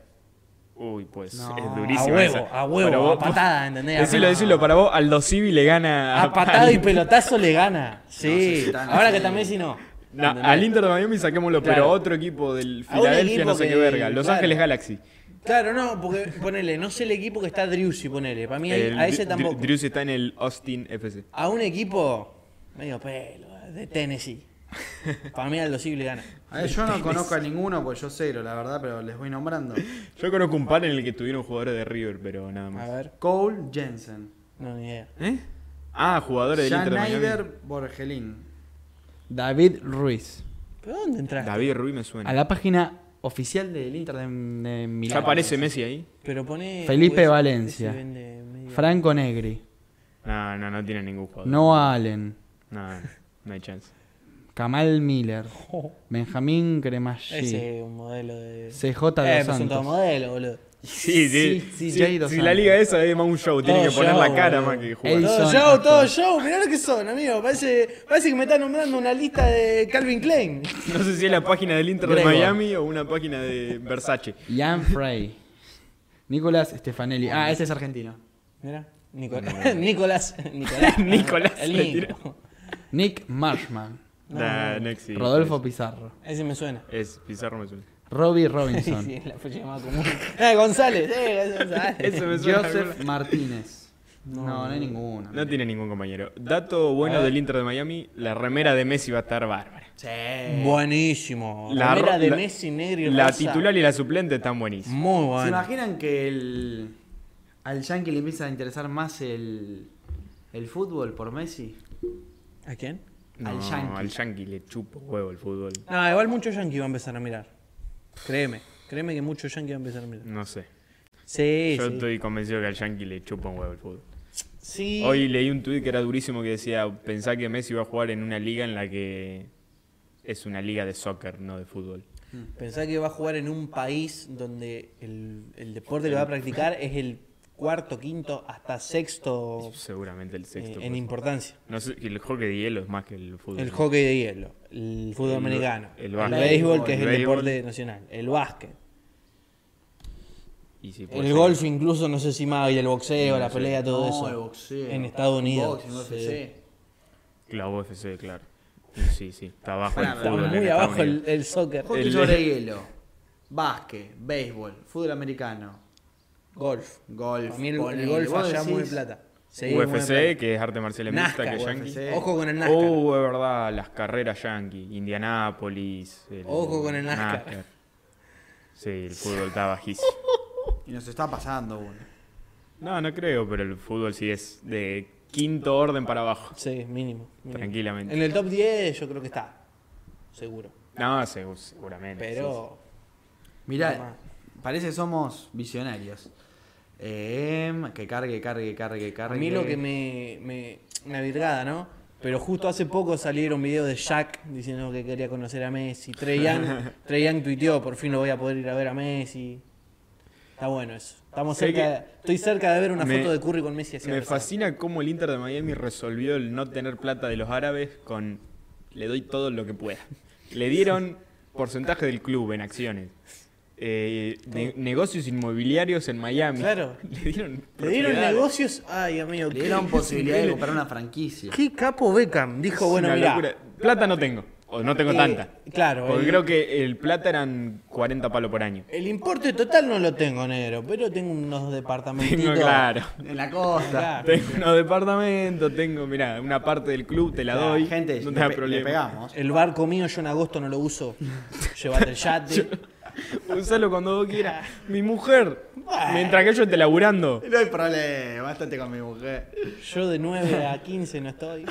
[SPEAKER 1] Uy, pues
[SPEAKER 3] No.
[SPEAKER 1] es
[SPEAKER 2] A
[SPEAKER 1] durísimo.
[SPEAKER 2] huevo,
[SPEAKER 1] esa.
[SPEAKER 2] a huevo,
[SPEAKER 1] Para
[SPEAKER 2] a patada, ¿entendés?
[SPEAKER 1] Decilo,
[SPEAKER 2] A-
[SPEAKER 1] decilo, para vos, Aldo Civi le gana
[SPEAKER 2] A patada y
[SPEAKER 1] al-
[SPEAKER 2] pelotazo le gana. Sí.
[SPEAKER 3] sí, tan-
[SPEAKER 2] Ahora que también si no.
[SPEAKER 1] No,
[SPEAKER 2] ¿Entendés?
[SPEAKER 1] al Inter de Miami saquémoslo, pero
[SPEAKER 2] Claro.
[SPEAKER 1] otro equipo del
[SPEAKER 2] A un
[SPEAKER 1] Filadelfia,
[SPEAKER 2] equipo
[SPEAKER 1] no sé qué
[SPEAKER 2] que-
[SPEAKER 1] verga. Los
[SPEAKER 2] claro.
[SPEAKER 1] Ángeles Galaxy.
[SPEAKER 2] Claro, no, porque ponele, no sé el equipo que está Driussi, ponele. Para mí ahí-
[SPEAKER 1] El
[SPEAKER 2] a ese
[SPEAKER 1] Dri-
[SPEAKER 2] tampoco.
[SPEAKER 1] Drews está en el Austin FC.
[SPEAKER 2] A un equipo medio pelo,
[SPEAKER 1] (laughs)
[SPEAKER 2] de Tennessee. Para mí Aldo Civi le gana.
[SPEAKER 3] A ver, yo no conozco a ninguno, pues yo cero, la verdad, pero les
[SPEAKER 1] (laughs)
[SPEAKER 3] voy nombrando.
[SPEAKER 1] Yo conozco un par en el que tuvieron jugadores de River, pero nada
[SPEAKER 2] A
[SPEAKER 1] más.
[SPEAKER 2] ver,
[SPEAKER 3] Cole Jensen.
[SPEAKER 2] no, ni idea.
[SPEAKER 1] ¿Eh? Ah, jugadores del Inter de Miami.
[SPEAKER 3] Schneider Borgelín. David Ruiz.
[SPEAKER 2] ¿Pero dónde entraste?
[SPEAKER 1] David Ruiz me suena.
[SPEAKER 3] A la página oficial del Inter de, de
[SPEAKER 1] Ya
[SPEAKER 3] Milán.
[SPEAKER 1] aparece Messi ahí.
[SPEAKER 2] Pero pone.
[SPEAKER 3] Felipe
[SPEAKER 2] ese-
[SPEAKER 3] Valencia.
[SPEAKER 2] ese vende medio-
[SPEAKER 3] Franco Negri.
[SPEAKER 1] No, no, no tiene ningún jugador.
[SPEAKER 3] Noah Allen.
[SPEAKER 1] No, no hay chance. (laughs)
[SPEAKER 3] Kamal Miller.
[SPEAKER 2] Oh,
[SPEAKER 3] Benjamín Cremaggi.
[SPEAKER 2] ese es un modelo de.
[SPEAKER 3] CJ
[SPEAKER 2] eh,
[SPEAKER 3] de
[SPEAKER 2] pero son todos
[SPEAKER 3] Santos.
[SPEAKER 2] modelos, boludo.
[SPEAKER 1] Sí, sí.
[SPEAKER 3] Sí,
[SPEAKER 1] sí,
[SPEAKER 3] sí, ya ha ido
[SPEAKER 1] si
[SPEAKER 3] Santos.
[SPEAKER 1] la liga esa es más un show, tiene
[SPEAKER 2] Todo
[SPEAKER 1] que poner
[SPEAKER 2] show,
[SPEAKER 1] la cara
[SPEAKER 2] boludo.
[SPEAKER 1] más que jugar.
[SPEAKER 3] Ey,
[SPEAKER 2] Todo
[SPEAKER 3] Son
[SPEAKER 2] show, todo
[SPEAKER 3] actores.
[SPEAKER 2] show, mirá lo que son, amigo. Parece, parece que me están nombrando una lista de Calvin Klein.
[SPEAKER 1] No sé si es la página del Inter de
[SPEAKER 2] Gregor.
[SPEAKER 1] Miami o una página de Versace.
[SPEAKER 3] Jan Frey. Nicolás Stefanelli. Ah, ese es argentino.
[SPEAKER 2] Mirá, Nicolás.
[SPEAKER 1] (laughs)
[SPEAKER 2] (laughs) Nicolás. Nicolás.
[SPEAKER 1] Nicolás,
[SPEAKER 2] El
[SPEAKER 1] le tiró.
[SPEAKER 2] Nico.
[SPEAKER 3] Nick Marshman.
[SPEAKER 1] Nah, no existe.
[SPEAKER 3] Rodolfo Pizarro.
[SPEAKER 2] Ese me suena.
[SPEAKER 1] Es Pizarro me (laughs) suena.
[SPEAKER 3] Robbie
[SPEAKER 2] Sí,
[SPEAKER 3] Robinson.
[SPEAKER 2] sí, la fecha llamada (laughs) común. Eh, González, eh, es González.
[SPEAKER 1] Ese me suena.
[SPEAKER 3] Joseph Martínez. No, no hay ninguno.
[SPEAKER 1] No tiene ningún compañero. Dato bueno del Inter de Miami, la remera de Messi va a estar bárbara.
[SPEAKER 2] Buenísimo.
[SPEAKER 1] Eh. La
[SPEAKER 2] La
[SPEAKER 1] ro-
[SPEAKER 2] remera de
[SPEAKER 1] la-
[SPEAKER 2] Messi negro y
[SPEAKER 1] La
[SPEAKER 2] rosa.
[SPEAKER 1] titular y la suplente están buenísimas.
[SPEAKER 2] Muy
[SPEAKER 3] ¿Se
[SPEAKER 2] buena.
[SPEAKER 3] imaginan que el, al Yankee le empieza a interesar más el, el fútbol por Messi?
[SPEAKER 2] ¿A quién?
[SPEAKER 3] Al
[SPEAKER 1] No,
[SPEAKER 3] Yankee.
[SPEAKER 1] al Yankee le chupo huevo el fútbol.
[SPEAKER 2] No, igual mucho yankee va a empezar a mirar. Créeme, créeme que mucho yankee va a empezar a mirar.
[SPEAKER 1] No sé.
[SPEAKER 2] Sí,
[SPEAKER 1] Yo
[SPEAKER 2] sí.
[SPEAKER 1] estoy convencido que al Yankee le chupa un huevo el fútbol.
[SPEAKER 2] Sí.
[SPEAKER 1] Hoy leí un tuit que era durísimo que decía, pensá que Messi va a jugar en una liga en la que es una liga de soccer, no de fútbol.
[SPEAKER 2] Pensá que va a jugar en un país donde el, el deporte que va a practicar es el cuarto, quinto, hasta sexto,
[SPEAKER 1] Seguramente el
[SPEAKER 2] eh,
[SPEAKER 1] sexto.
[SPEAKER 2] en
[SPEAKER 1] puesto.
[SPEAKER 2] importancia.
[SPEAKER 1] No sé, el hockey de hielo es más que el fútbol.
[SPEAKER 2] El hockey de hielo, el fútbol americano,
[SPEAKER 1] el
[SPEAKER 2] el,
[SPEAKER 1] básquet.
[SPEAKER 2] béisbol, que
[SPEAKER 1] El
[SPEAKER 2] es el
[SPEAKER 1] béisbol.
[SPEAKER 2] deporte nacional, el básquet.
[SPEAKER 1] Y si puede
[SPEAKER 2] El
[SPEAKER 1] ser-
[SPEAKER 2] golf incluso, no sé si más, y el boxeo,
[SPEAKER 1] No
[SPEAKER 2] la
[SPEAKER 1] sé.
[SPEAKER 2] pelea, todo
[SPEAKER 3] no,
[SPEAKER 2] eso.
[SPEAKER 3] el boxeo.
[SPEAKER 2] En Estados Unidos.
[SPEAKER 3] Boxing, UFC.
[SPEAKER 2] Sí.
[SPEAKER 1] La UFC, claro. Y sí, sí. Está abajo
[SPEAKER 3] Pará,
[SPEAKER 1] el
[SPEAKER 3] pero
[SPEAKER 1] fútbol. en
[SPEAKER 2] Muy
[SPEAKER 1] Estados
[SPEAKER 2] abajo el,
[SPEAKER 1] Unidos.
[SPEAKER 2] el soccer.
[SPEAKER 3] Hockey
[SPEAKER 1] El-
[SPEAKER 3] sobre hielo, básquet, béisbol, fútbol americano,
[SPEAKER 2] Golf.
[SPEAKER 3] golf.
[SPEAKER 2] Para mí el, el
[SPEAKER 3] ponele.
[SPEAKER 2] golf
[SPEAKER 3] Vos
[SPEAKER 2] allá
[SPEAKER 3] decís,
[SPEAKER 2] mueve plata. Sí, mueve
[SPEAKER 1] UFC,
[SPEAKER 2] plata.
[SPEAKER 1] que es arte marcial mixta,
[SPEAKER 2] NASCAR,
[SPEAKER 1] que es
[SPEAKER 3] UFC.
[SPEAKER 1] yankee.
[SPEAKER 2] Ojo con el NASCAR.
[SPEAKER 1] Oh, es verdad, las carreras yankee. Indianápolis. el
[SPEAKER 2] Ojo con el NASCAR.
[SPEAKER 1] Sí, el fútbol está bajísimo.
[SPEAKER 2] (laughs)
[SPEAKER 3] Y nos está pasando uno.
[SPEAKER 1] No, no creo, pero el fútbol sí es de quinto orden para abajo.
[SPEAKER 2] Sí, mínimo, mínimo.
[SPEAKER 1] Tranquilamente.
[SPEAKER 2] En el top 10 yo creo que está. Seguro.
[SPEAKER 1] No, segu- seguramente. sí,
[SPEAKER 2] Pero.
[SPEAKER 3] Mirá, parece que somos visionarios. Em, que cargue, cargue, cargue,
[SPEAKER 2] A
[SPEAKER 3] cargue.
[SPEAKER 2] mí lo que me, me. Una virgada, ¿no? Pero justo hace poco salieron videos de Jack diciendo que quería conocer a Messi. Trey Young,
[SPEAKER 1] (laughs)
[SPEAKER 2] Trey Young tuiteó, por fin lo voy a poder ir a ver a Messi. Está bueno eso. Estamos
[SPEAKER 1] Sé
[SPEAKER 2] cerca,
[SPEAKER 1] que-
[SPEAKER 2] estoy cerca de ver una
[SPEAKER 1] Me-
[SPEAKER 2] foto de Curry con Messi.
[SPEAKER 1] sí.
[SPEAKER 2] hacia
[SPEAKER 1] Me
[SPEAKER 2] abrazado.
[SPEAKER 1] fascina cómo el Inter de Miami resolvió el no tener plata de los árabes con le doy todo lo que pueda. Le dieron porcentaje del club en acciones. Eh, ne- negocios inmobiliarios en Miami.
[SPEAKER 2] Claro.
[SPEAKER 1] (laughs) Le dieron,
[SPEAKER 2] Le dieron
[SPEAKER 1] propiedades.
[SPEAKER 2] negocios. Ay, amigo.
[SPEAKER 3] Le
[SPEAKER 2] qué- (laughs)
[SPEAKER 3] dieron posibilidad de
[SPEAKER 1] increíble.
[SPEAKER 3] comprar una franquicia.
[SPEAKER 2] Qué capo Beckham. Dijo, bueno,
[SPEAKER 1] Una
[SPEAKER 2] mira.
[SPEAKER 1] locura. Plata no tengo. O no tengo
[SPEAKER 2] Eh,
[SPEAKER 1] tanta.
[SPEAKER 2] claro,
[SPEAKER 1] Porque
[SPEAKER 2] el-
[SPEAKER 1] creo que el plata eran 40 palos por año.
[SPEAKER 2] El importe total no lo tengo, negro, pero tengo unos departamentitos.
[SPEAKER 1] Tengo, claro.
[SPEAKER 3] En la costa.
[SPEAKER 1] (laughs)
[SPEAKER 2] Claro.
[SPEAKER 1] Tengo unos departamentos, tengo, mirá, una parte del club te la
[SPEAKER 3] Claro,
[SPEAKER 1] doy.
[SPEAKER 3] gente,
[SPEAKER 1] no
[SPEAKER 3] le
[SPEAKER 1] te da
[SPEAKER 3] pe- le
[SPEAKER 1] problema.
[SPEAKER 3] pegamos.
[SPEAKER 2] El barco mío yo en agosto no lo uso. Llévate
[SPEAKER 1] (laughs)
[SPEAKER 2] el yate.
[SPEAKER 1] (laughs) Usalo cuando vos quieras. Mi mujer, mientras que yo esté laburando.
[SPEAKER 3] (laughs) No hay problema, estate con mi mujer.
[SPEAKER 2] Yo de 9 a 15 no estoy.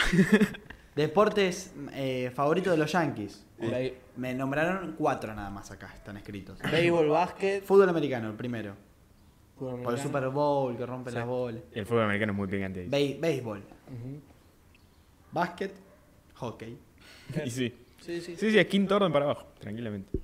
[SPEAKER 3] Deportes eh, favoritos de los Yankees.
[SPEAKER 2] Por ahí.
[SPEAKER 3] Me nombraron cuatro nada más acá, están escritos.
[SPEAKER 2] Béisbol, básquet.
[SPEAKER 3] Fútbol americano, el primero.
[SPEAKER 2] fútbol
[SPEAKER 3] Por el
[SPEAKER 2] americano.
[SPEAKER 3] Super Bowl, que rompen
[SPEAKER 2] Sí.
[SPEAKER 3] las bolas.
[SPEAKER 1] El fútbol americano es muy picante.
[SPEAKER 3] Be- béisbol.
[SPEAKER 2] Ujú.
[SPEAKER 3] Básquet. Hockey.
[SPEAKER 1] (laughs) Y sí.
[SPEAKER 2] Sí, sí.
[SPEAKER 1] Sí, sí, es quinto orden para abajo, tranquilamente.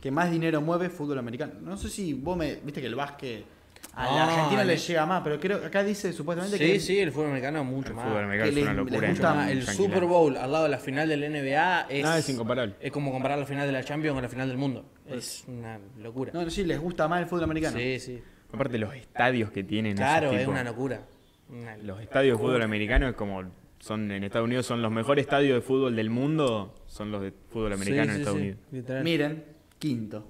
[SPEAKER 3] que más dinero mueve fútbol americano. No sé si vos me. Viste que el básquet a la
[SPEAKER 2] Ah,
[SPEAKER 3] Argentina le
[SPEAKER 2] no.
[SPEAKER 3] llega más, pero creo que acá dice supuestamente
[SPEAKER 2] Sí,
[SPEAKER 3] que.
[SPEAKER 2] sí, el fútbol americano mucho
[SPEAKER 1] El
[SPEAKER 2] más.
[SPEAKER 1] fútbol americano
[SPEAKER 3] Que
[SPEAKER 1] es una
[SPEAKER 3] les- les
[SPEAKER 1] locura.
[SPEAKER 3] gusta
[SPEAKER 1] es
[SPEAKER 2] Mucho
[SPEAKER 1] muy
[SPEAKER 2] más. El
[SPEAKER 1] tranquila.
[SPEAKER 2] Super Bowl al lado de la final del NBA es.
[SPEAKER 1] Nada, es incomparable.
[SPEAKER 2] Es como comparar la final de la Champions con la final del mundo. Es una locura.
[SPEAKER 3] No, sí, les gusta más el fútbol americano.
[SPEAKER 2] sí, sí.
[SPEAKER 1] Aparte, los estadios que tienen. esos
[SPEAKER 2] Claro, es
[SPEAKER 1] tipos.
[SPEAKER 2] una locura. Una-
[SPEAKER 1] Los estadios de fútbol americano es como. Son, en Estados Unidos son los mejores estadios de fútbol del mundo. Son los de fútbol americano
[SPEAKER 2] Sí,
[SPEAKER 1] en
[SPEAKER 2] sí,
[SPEAKER 1] Estados
[SPEAKER 2] sí,
[SPEAKER 1] Unidos.
[SPEAKER 2] literal.
[SPEAKER 3] Miren, quinto.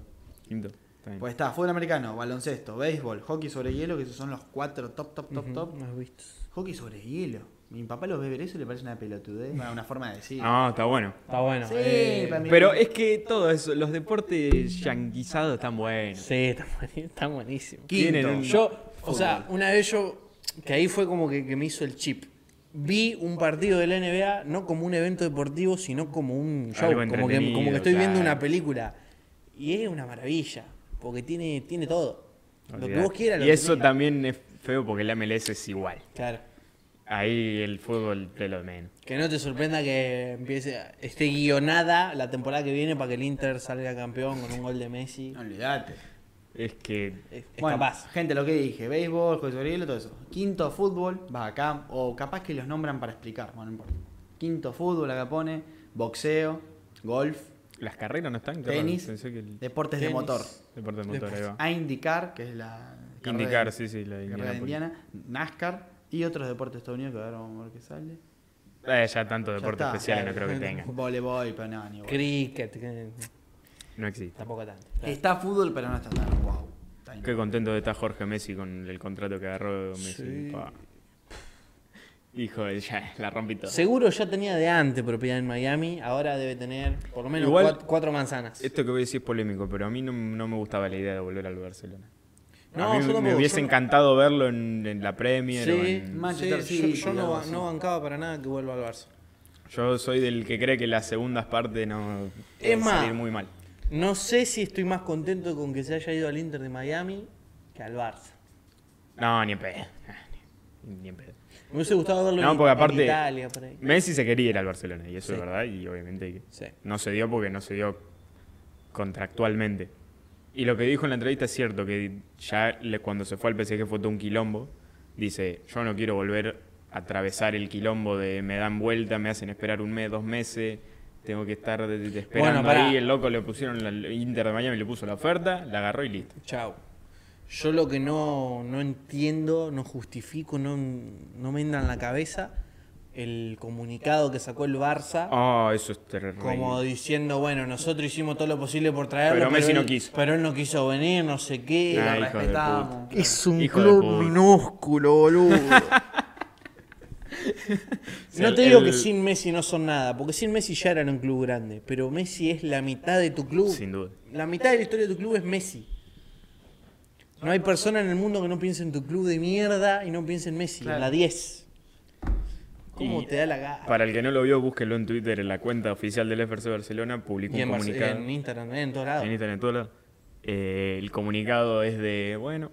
[SPEAKER 1] Quinto. está bien.
[SPEAKER 3] Pues está, fútbol americano, baloncesto, béisbol, hockey sobre hielo, que esos son los cuatro top, top, top,
[SPEAKER 2] Ujú,
[SPEAKER 3] top.
[SPEAKER 2] no has visto.
[SPEAKER 3] Hockey sobre hielo. Mi papá los ve ver eso y le parece una pelotudez. Bueno, una forma de decir.
[SPEAKER 1] No, está bueno.
[SPEAKER 2] Está bueno.
[SPEAKER 3] Sí,
[SPEAKER 2] eh,
[SPEAKER 3] para mí-
[SPEAKER 1] Pero es que todo eso, los deportes yanquizados están buenos.
[SPEAKER 2] sí, está, buen- está buenísimo.
[SPEAKER 1] tienen
[SPEAKER 3] Quinto.
[SPEAKER 1] un-
[SPEAKER 2] Yo, o sea, una vez yo, que ahí fue como que, que me hizo el chip. Vi un partido de la NBA no como un evento deportivo, sino como un show.
[SPEAKER 1] Algo
[SPEAKER 2] Como que, como
[SPEAKER 1] entretenido,
[SPEAKER 2] que estoy viendo
[SPEAKER 1] claro.
[SPEAKER 2] una película. Y es una maravilla, porque tiene, tiene todo. Lo que
[SPEAKER 1] Olvidate.
[SPEAKER 2] vos quieras. lo
[SPEAKER 1] Y eso
[SPEAKER 2] tenés.
[SPEAKER 1] también es feo porque el MLS es igual.
[SPEAKER 2] Claro.
[SPEAKER 1] Ahí el fútbol te lo menos.
[SPEAKER 2] Que no te sorprenda que empiece, esté guionada la temporada que viene para que el Inter salga campeón con un gol de Messi.
[SPEAKER 3] No, olvidate.
[SPEAKER 1] Es que
[SPEAKER 2] Es, es
[SPEAKER 3] Bueno,
[SPEAKER 2] capaz.
[SPEAKER 3] gente, lo que dije, béisbol, hockey sobre hielo, todo eso. Quinto fútbol, va acá, o capaz que los nombran para explicar, bueno, no importa. Quinto fútbol, acá pone, boxeo, golf,
[SPEAKER 1] las carreras no están. qué
[SPEAKER 3] Tenis.
[SPEAKER 1] raro, Pensé que el
[SPEAKER 3] deportes
[SPEAKER 2] Tenis.
[SPEAKER 3] de motor.
[SPEAKER 1] deporte de motor ahí va.
[SPEAKER 3] A indicar, que es la carrera
[SPEAKER 1] Indicar,
[SPEAKER 3] de-
[SPEAKER 1] sí, sí, la de
[SPEAKER 3] carrera de Indiana, NASCAR y otros deportes estadounidenses que ahora vamos a ver qué sale.
[SPEAKER 1] Eh, ya tanto
[SPEAKER 3] Ya
[SPEAKER 1] deporte
[SPEAKER 3] está,
[SPEAKER 1] especial no
[SPEAKER 3] claro.
[SPEAKER 1] creo
[SPEAKER 3] (laughs)
[SPEAKER 1] que tengan.
[SPEAKER 3] Voleibol, pero no, ni bueno.
[SPEAKER 2] Cricket, que-
[SPEAKER 1] No existe.
[SPEAKER 2] tampoco tanto.
[SPEAKER 3] Está fútbol, pero no está tan wow. Está
[SPEAKER 1] Qué contento de estar Jorge Messi con el contrato que agarró Messi.
[SPEAKER 2] Sí.
[SPEAKER 1] Pa. Hijo de ya, la rompí todo.
[SPEAKER 2] Seguro ya tenía de antes propiedad en Miami, ahora debe tener por lo menos
[SPEAKER 1] Igual- este
[SPEAKER 2] cuat- cuatro manzanas.
[SPEAKER 1] Esto que voy a decir es polémico, pero a mí no, no me gustaba la idea de volver al Barcelona.
[SPEAKER 2] No,
[SPEAKER 1] a mí
[SPEAKER 2] yo
[SPEAKER 1] me
[SPEAKER 2] tampoco,
[SPEAKER 1] hubiese
[SPEAKER 2] yo no.
[SPEAKER 1] encantado verlo en, en la Premier. o
[SPEAKER 2] Sí,
[SPEAKER 1] en-
[SPEAKER 3] Manchester
[SPEAKER 2] sí,
[SPEAKER 3] City,
[SPEAKER 2] yo, yo no,
[SPEAKER 3] algo
[SPEAKER 2] ba-
[SPEAKER 3] así.
[SPEAKER 2] no bancaba para nada que vuelva al Barça.
[SPEAKER 1] Yo soy del que cree que las segundas partes no
[SPEAKER 2] Es
[SPEAKER 1] pueden
[SPEAKER 2] más,
[SPEAKER 1] salir muy mal.
[SPEAKER 2] No sé si estoy más contento con que se haya ido al Inter de Miami que al Barça.
[SPEAKER 1] No, ni en pedo. Ah, Ni, ni en pedo.
[SPEAKER 2] Me hubiese gustado verlo
[SPEAKER 1] No,
[SPEAKER 2] en,
[SPEAKER 1] porque
[SPEAKER 2] en
[SPEAKER 1] aparte-
[SPEAKER 2] Italia, por ahí.
[SPEAKER 1] Messi se quería ir al Barcelona, y eso
[SPEAKER 2] Sí.
[SPEAKER 1] es verdad, y obviamente que
[SPEAKER 2] Sí.
[SPEAKER 1] no se dio porque no se dio contractualmente. Y lo que dijo en la entrevista es cierto, que ya le- cuando se fue al PSG fue todo un quilombo. Dice, yo no quiero volver a atravesar el quilombo de me dan vuelta, me hacen esperar un mes, dos meses, tengo que estar de- de- esperando
[SPEAKER 2] pará.
[SPEAKER 1] ahí. El loco le pusieron, la- el Inter de Miami le puso la oferta, la agarró y listo.
[SPEAKER 2] Chau. Yo lo que no, no entiendo, no justifico, no, no me entra en la cabeza el comunicado que sacó el Barça
[SPEAKER 1] Ah, eso es terrible.
[SPEAKER 2] como diciendo, bueno, nosotros hicimos todo lo posible por traerlo,
[SPEAKER 1] Pero Messi no
[SPEAKER 2] él-
[SPEAKER 1] quiso.
[SPEAKER 2] pero él no quiso venir, no sé qué.
[SPEAKER 1] Ah,
[SPEAKER 3] lo
[SPEAKER 1] hijo de
[SPEAKER 3] respetamos.
[SPEAKER 4] Es un
[SPEAKER 1] Hijo de puta.
[SPEAKER 4] club minúsculo,
[SPEAKER 1] (laughs)
[SPEAKER 4] boludo.
[SPEAKER 1] Sí,
[SPEAKER 2] No
[SPEAKER 1] el-
[SPEAKER 2] te digo que
[SPEAKER 1] el-
[SPEAKER 2] sin Messi no son nada, porque sin Messi ya eran un club grande, pero Messi es la mitad de tu club.
[SPEAKER 1] Sin duda.
[SPEAKER 2] La mitad de la historia de tu club es Messi. No hay persona en el mundo que no piense en tu club de mierda y no piense en Messi,
[SPEAKER 3] Claro.
[SPEAKER 2] en la 10. ¿Cómo
[SPEAKER 1] Y
[SPEAKER 2] te da la gana?
[SPEAKER 1] Para el que no lo vio, búsquenlo en Twitter, en la cuenta oficial del FC Barcelona, publicó
[SPEAKER 2] Y
[SPEAKER 1] un
[SPEAKER 2] en, Barce-
[SPEAKER 1] comunicado.
[SPEAKER 2] en Instagram, en todos lados.
[SPEAKER 1] en Instagram, en todos lados. Eh, el comunicado es de, bueno,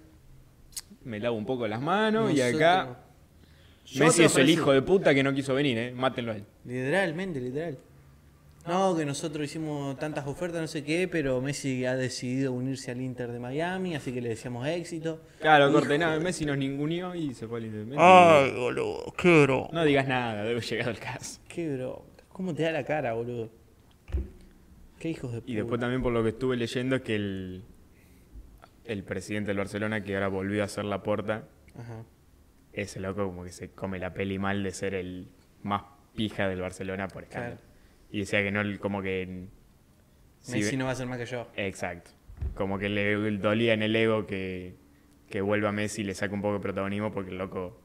[SPEAKER 1] me lavo un poco las manos y acá
[SPEAKER 3] Yo
[SPEAKER 1] Messi
[SPEAKER 3] te
[SPEAKER 1] es el
[SPEAKER 3] ofrecí-
[SPEAKER 1] hijo de puta que no quiso venir, ¿eh? Mátenlo a él.
[SPEAKER 2] Literalmente, literal. No, que nosotros hicimos tantas ofertas, no sé qué, pero Messi ha decidido unirse al Inter de Miami, así que le deseamos éxito.
[SPEAKER 1] Claro, corte nada, Messi nos ninguneó y se fue al Inter. Messi,
[SPEAKER 2] Ah.
[SPEAKER 4] Ay, boludo, quiero.
[SPEAKER 1] No digas nada, debo llegar al caso.
[SPEAKER 2] Qué bro, ¿cómo te da la cara, boludo? Qué hijos de puta.
[SPEAKER 1] Y después también por lo que estuve leyendo es que el, el presidente del Barcelona, que ahora volvió a hacer la puerta,
[SPEAKER 2] Ajá.
[SPEAKER 1] ese loco como que se come la peli mal de ser el más pija del Barcelona por escándalo.
[SPEAKER 2] Claro.
[SPEAKER 1] Y decía que no, como que... si
[SPEAKER 2] Messi
[SPEAKER 1] ve-
[SPEAKER 2] no va a ser más que yo.
[SPEAKER 1] Exacto. Como que le dolía en el ego que, que vuelva Messi y le saca un poco de protagonismo porque el loco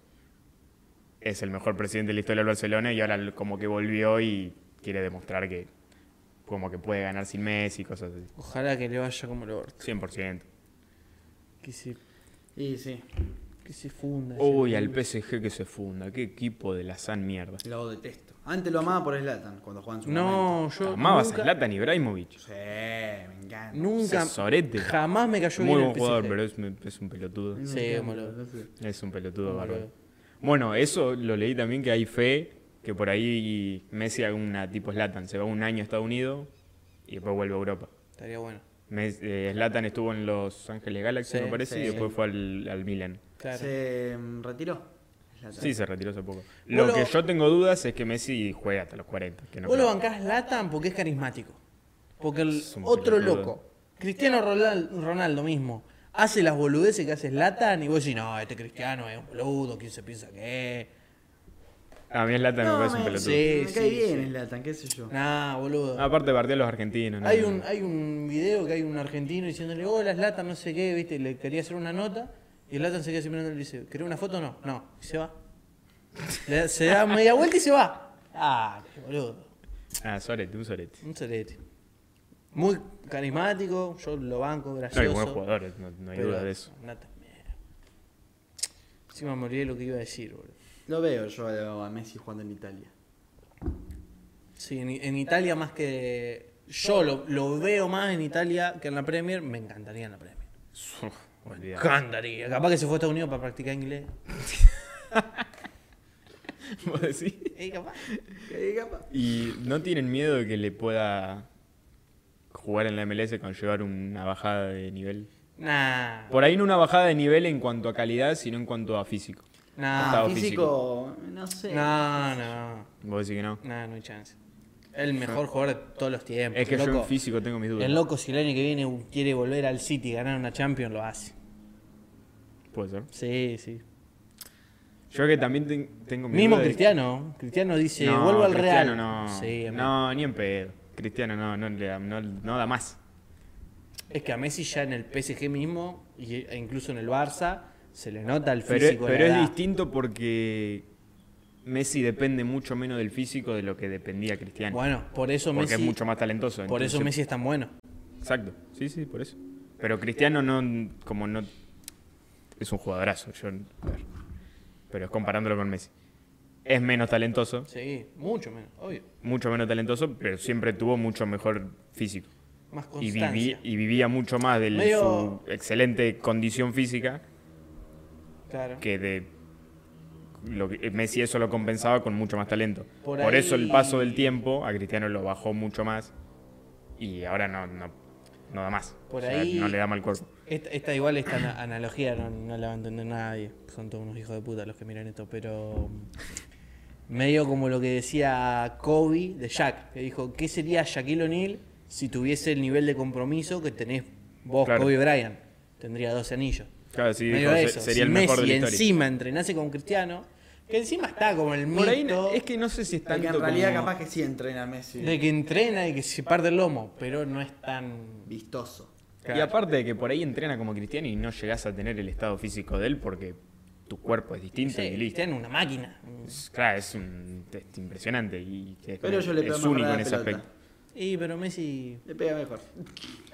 [SPEAKER 1] es el mejor presidente de la historia del Barcelona y ahora l- como que volvió y quiere demostrar que como que puede ganar sin Messi y cosas así.
[SPEAKER 2] Ojalá que le vaya como lo orto.
[SPEAKER 1] 100%.
[SPEAKER 2] Que se,
[SPEAKER 3] Y sí,
[SPEAKER 2] que se funda.
[SPEAKER 1] Uy,
[SPEAKER 2] ese
[SPEAKER 1] al
[SPEAKER 2] culo.
[SPEAKER 1] PSG que se funda. Qué equipo de la san mierda.
[SPEAKER 3] lo detesto. Antes lo amaba por Slatan cuando jugaban su momento.
[SPEAKER 2] No, yo.
[SPEAKER 1] Amabas a
[SPEAKER 2] nunca,
[SPEAKER 1] Zlatan Ibrahimovic.
[SPEAKER 3] Sí, me encanta.
[SPEAKER 2] Nunca.
[SPEAKER 1] Ese sorete.
[SPEAKER 2] Jamás me cayó
[SPEAKER 1] Muy
[SPEAKER 2] bien
[SPEAKER 1] buen
[SPEAKER 2] el
[SPEAKER 1] jugador,
[SPEAKER 2] PSG.
[SPEAKER 1] pero es, es un pelotudo.
[SPEAKER 2] Sí, boludo.
[SPEAKER 1] Es un pelotudo
[SPEAKER 2] Un
[SPEAKER 1] bárbaro.
[SPEAKER 2] boludo.
[SPEAKER 1] Bueno, eso lo leí también que hay fe que por ahí Messi haga una tipo Slatan, se va un año a Estados Unidos y después vuelve a Europa.
[SPEAKER 2] Estaría bueno.
[SPEAKER 1] Slatan estuvo en Los Ángeles Galaxy,
[SPEAKER 2] Sí,
[SPEAKER 1] me parece,
[SPEAKER 3] sí,
[SPEAKER 1] y después
[SPEAKER 3] sí.
[SPEAKER 1] fue al, al Milan.
[SPEAKER 2] Claro.
[SPEAKER 3] Se mm, retiró. Zlatan.
[SPEAKER 1] Sí, se retiró hace poco.
[SPEAKER 2] Vos
[SPEAKER 1] Lo
[SPEAKER 2] lo-
[SPEAKER 1] que yo tengo dudas es que Messi juega hasta los 40. Que no
[SPEAKER 2] Vos lo
[SPEAKER 1] creo.
[SPEAKER 2] bancás Latan porque es carismático. Porque el
[SPEAKER 1] Es un
[SPEAKER 2] otro
[SPEAKER 1] pelotudo.
[SPEAKER 2] loco, Cristiano Ronal- Ronaldo mismo, hace las boludeces que hace Latan y vos decís, no, este cristiano es un boludo, ¿quién se piensa que es?
[SPEAKER 1] A mí Slatan
[SPEAKER 3] No,
[SPEAKER 1] me parece un
[SPEAKER 3] me-
[SPEAKER 1] pelotudo.
[SPEAKER 2] sí.
[SPEAKER 3] me cae bien Slatan, qué sé yo.
[SPEAKER 2] Nah, boludo.
[SPEAKER 1] Aparte, partió a los argentinos. ¿no?
[SPEAKER 2] Hay un, hay un video que hay un argentino diciéndole, hola, Latan, no sé qué, viste, le quería hacer una nota y Latan se queda así mirando y le dice, ¿querés una foto o no? No, y se va. Le da- se da media vuelta y se va. Ah, qué boludo.
[SPEAKER 1] Ah, sorete, un sorete.
[SPEAKER 2] Un solete. Muy carismático, yo lo banco,
[SPEAKER 1] No,
[SPEAKER 2] gracioso.
[SPEAKER 1] hay buen jugador, no, no hay
[SPEAKER 2] pero
[SPEAKER 1] duda de eso.
[SPEAKER 2] una ta- mierda. Encima me olvidé de lo que iba a decir, boludo.
[SPEAKER 3] Lo veo yo a Messi jugando en Italia.
[SPEAKER 2] Sí, en, en Italia más que... Yo lo, lo veo más en Italia que en la Premier, me encantaría en la Premier.
[SPEAKER 1] Uf, (laughs) olvidado.
[SPEAKER 2] Encantaría. Capaz que se fue a Estados Unidos para practicar inglés.
[SPEAKER 1] ¿Vos decís?
[SPEAKER 2] Eh, capaz.
[SPEAKER 1] ¿Y no tienen miedo de que le pueda jugar en la MLS con llevar una bajada de nivel?
[SPEAKER 2] Nah.
[SPEAKER 1] Por ahí no una bajada de nivel en cuanto a calidad, sino en cuanto a físico.
[SPEAKER 2] Nah.
[SPEAKER 3] Ah,
[SPEAKER 1] Estado
[SPEAKER 3] físico, no sé.
[SPEAKER 2] No, no.
[SPEAKER 1] Vos decís que no.
[SPEAKER 2] Nah, no hay chance. El mejor jugador de todos los tiempos.
[SPEAKER 1] Es que yo en
[SPEAKER 2] loco.
[SPEAKER 1] físico tengo mis dudas.
[SPEAKER 2] El loco, si el año que viene quiere volver al City y ganar una Champions, lo hace.
[SPEAKER 1] Puede ser.
[SPEAKER 2] Sí, sí.
[SPEAKER 1] Yo que también ten- tengo mis
[SPEAKER 2] Mismo
[SPEAKER 1] dudas de-
[SPEAKER 2] Cristiano. Cristiano dice,
[SPEAKER 1] No,
[SPEAKER 2] vuelvo al
[SPEAKER 1] Cristiano
[SPEAKER 2] Real.
[SPEAKER 1] No,
[SPEAKER 2] Sí, amigo.
[SPEAKER 1] no, ni en pedo. Cristiano no, no, le da- no, no da más.
[SPEAKER 2] Es que a Messi ya en el PSG mismo, y- e incluso en el Barça, se le nota el
[SPEAKER 1] Pero,
[SPEAKER 2] físico. de
[SPEAKER 1] pero
[SPEAKER 2] la
[SPEAKER 1] es
[SPEAKER 2] edad.
[SPEAKER 1] distinto porque Messi depende mucho menos del físico de lo que dependía Cristiano.
[SPEAKER 2] Bueno, por eso
[SPEAKER 1] porque
[SPEAKER 2] Messi...
[SPEAKER 1] es mucho más talentoso.
[SPEAKER 2] Por eso
[SPEAKER 1] entonces-
[SPEAKER 2] Messi es tan bueno.
[SPEAKER 1] Exacto, sí, sí, por eso. Pero Cristiano no, como no, es un jugadorazo, yo, a ver. pero es comparándolo con Messi. Es menos talentoso,
[SPEAKER 2] Sí, mucho menos, obvio.
[SPEAKER 1] mucho menos talentoso, pero siempre tuvo mucho mejor físico.
[SPEAKER 2] Más
[SPEAKER 1] Y, viví-
[SPEAKER 2] constancia.
[SPEAKER 1] y vivía mucho más de
[SPEAKER 2] Medio-
[SPEAKER 1] su excelente condición física
[SPEAKER 2] Claro.
[SPEAKER 1] que de... Lo que, eh, Messi eso lo compensaba con mucho más talento.
[SPEAKER 2] Por
[SPEAKER 1] Por, eso el
[SPEAKER 2] ahí-
[SPEAKER 1] paso del tiempo a Cristiano lo bajó mucho más y ahora no, no, no da más.
[SPEAKER 2] Por
[SPEAKER 1] O sea,
[SPEAKER 2] ahí-
[SPEAKER 1] no le da mal cuerpo.
[SPEAKER 2] Esta, esta igual, esta ana- analogía no, no la va a entender nadie. Son todos unos hijos de puta los que miran esto, pero. mm, Medio como lo que decía Kobe de Shaq, que dijo: ¿Qué sería Shaquille O'Neal si tuviese el nivel de compromiso que tenés vos,
[SPEAKER 1] Claro.
[SPEAKER 2] Kobe Bryant? Tendría 12 anillos.
[SPEAKER 1] Claro, sí,
[SPEAKER 2] Medio
[SPEAKER 1] dijo, se-
[SPEAKER 2] eso.
[SPEAKER 1] sería
[SPEAKER 2] Si
[SPEAKER 1] el mejor
[SPEAKER 2] Messi
[SPEAKER 1] de la historia.
[SPEAKER 2] encima entrenase con Cristiano, que encima está como el
[SPEAKER 1] Por ahí
[SPEAKER 2] mito
[SPEAKER 1] no- es que no sé si es
[SPEAKER 3] Que
[SPEAKER 1] tanto
[SPEAKER 3] en realidad
[SPEAKER 1] como-
[SPEAKER 3] capaz que sí entrena Messi.
[SPEAKER 2] de que entrena y que se parte el lomo, pero no es tan...
[SPEAKER 3] Vistoso.
[SPEAKER 1] Y aparte de que por ahí entrena como Cristiano y no llegás a tener el estado físico de él porque tu cuerpo es distinto
[SPEAKER 2] Sí,
[SPEAKER 1] y listo.
[SPEAKER 2] Cristiano es una máquina.
[SPEAKER 1] Es- Claro, es, un- es impresionante y es,
[SPEAKER 3] Pero yo le pego
[SPEAKER 1] es
[SPEAKER 3] más
[SPEAKER 1] único
[SPEAKER 3] para
[SPEAKER 1] en
[SPEAKER 3] la
[SPEAKER 1] ese
[SPEAKER 3] pelota.
[SPEAKER 1] aspecto.
[SPEAKER 2] Y pero Messi...
[SPEAKER 3] Le pega mejor.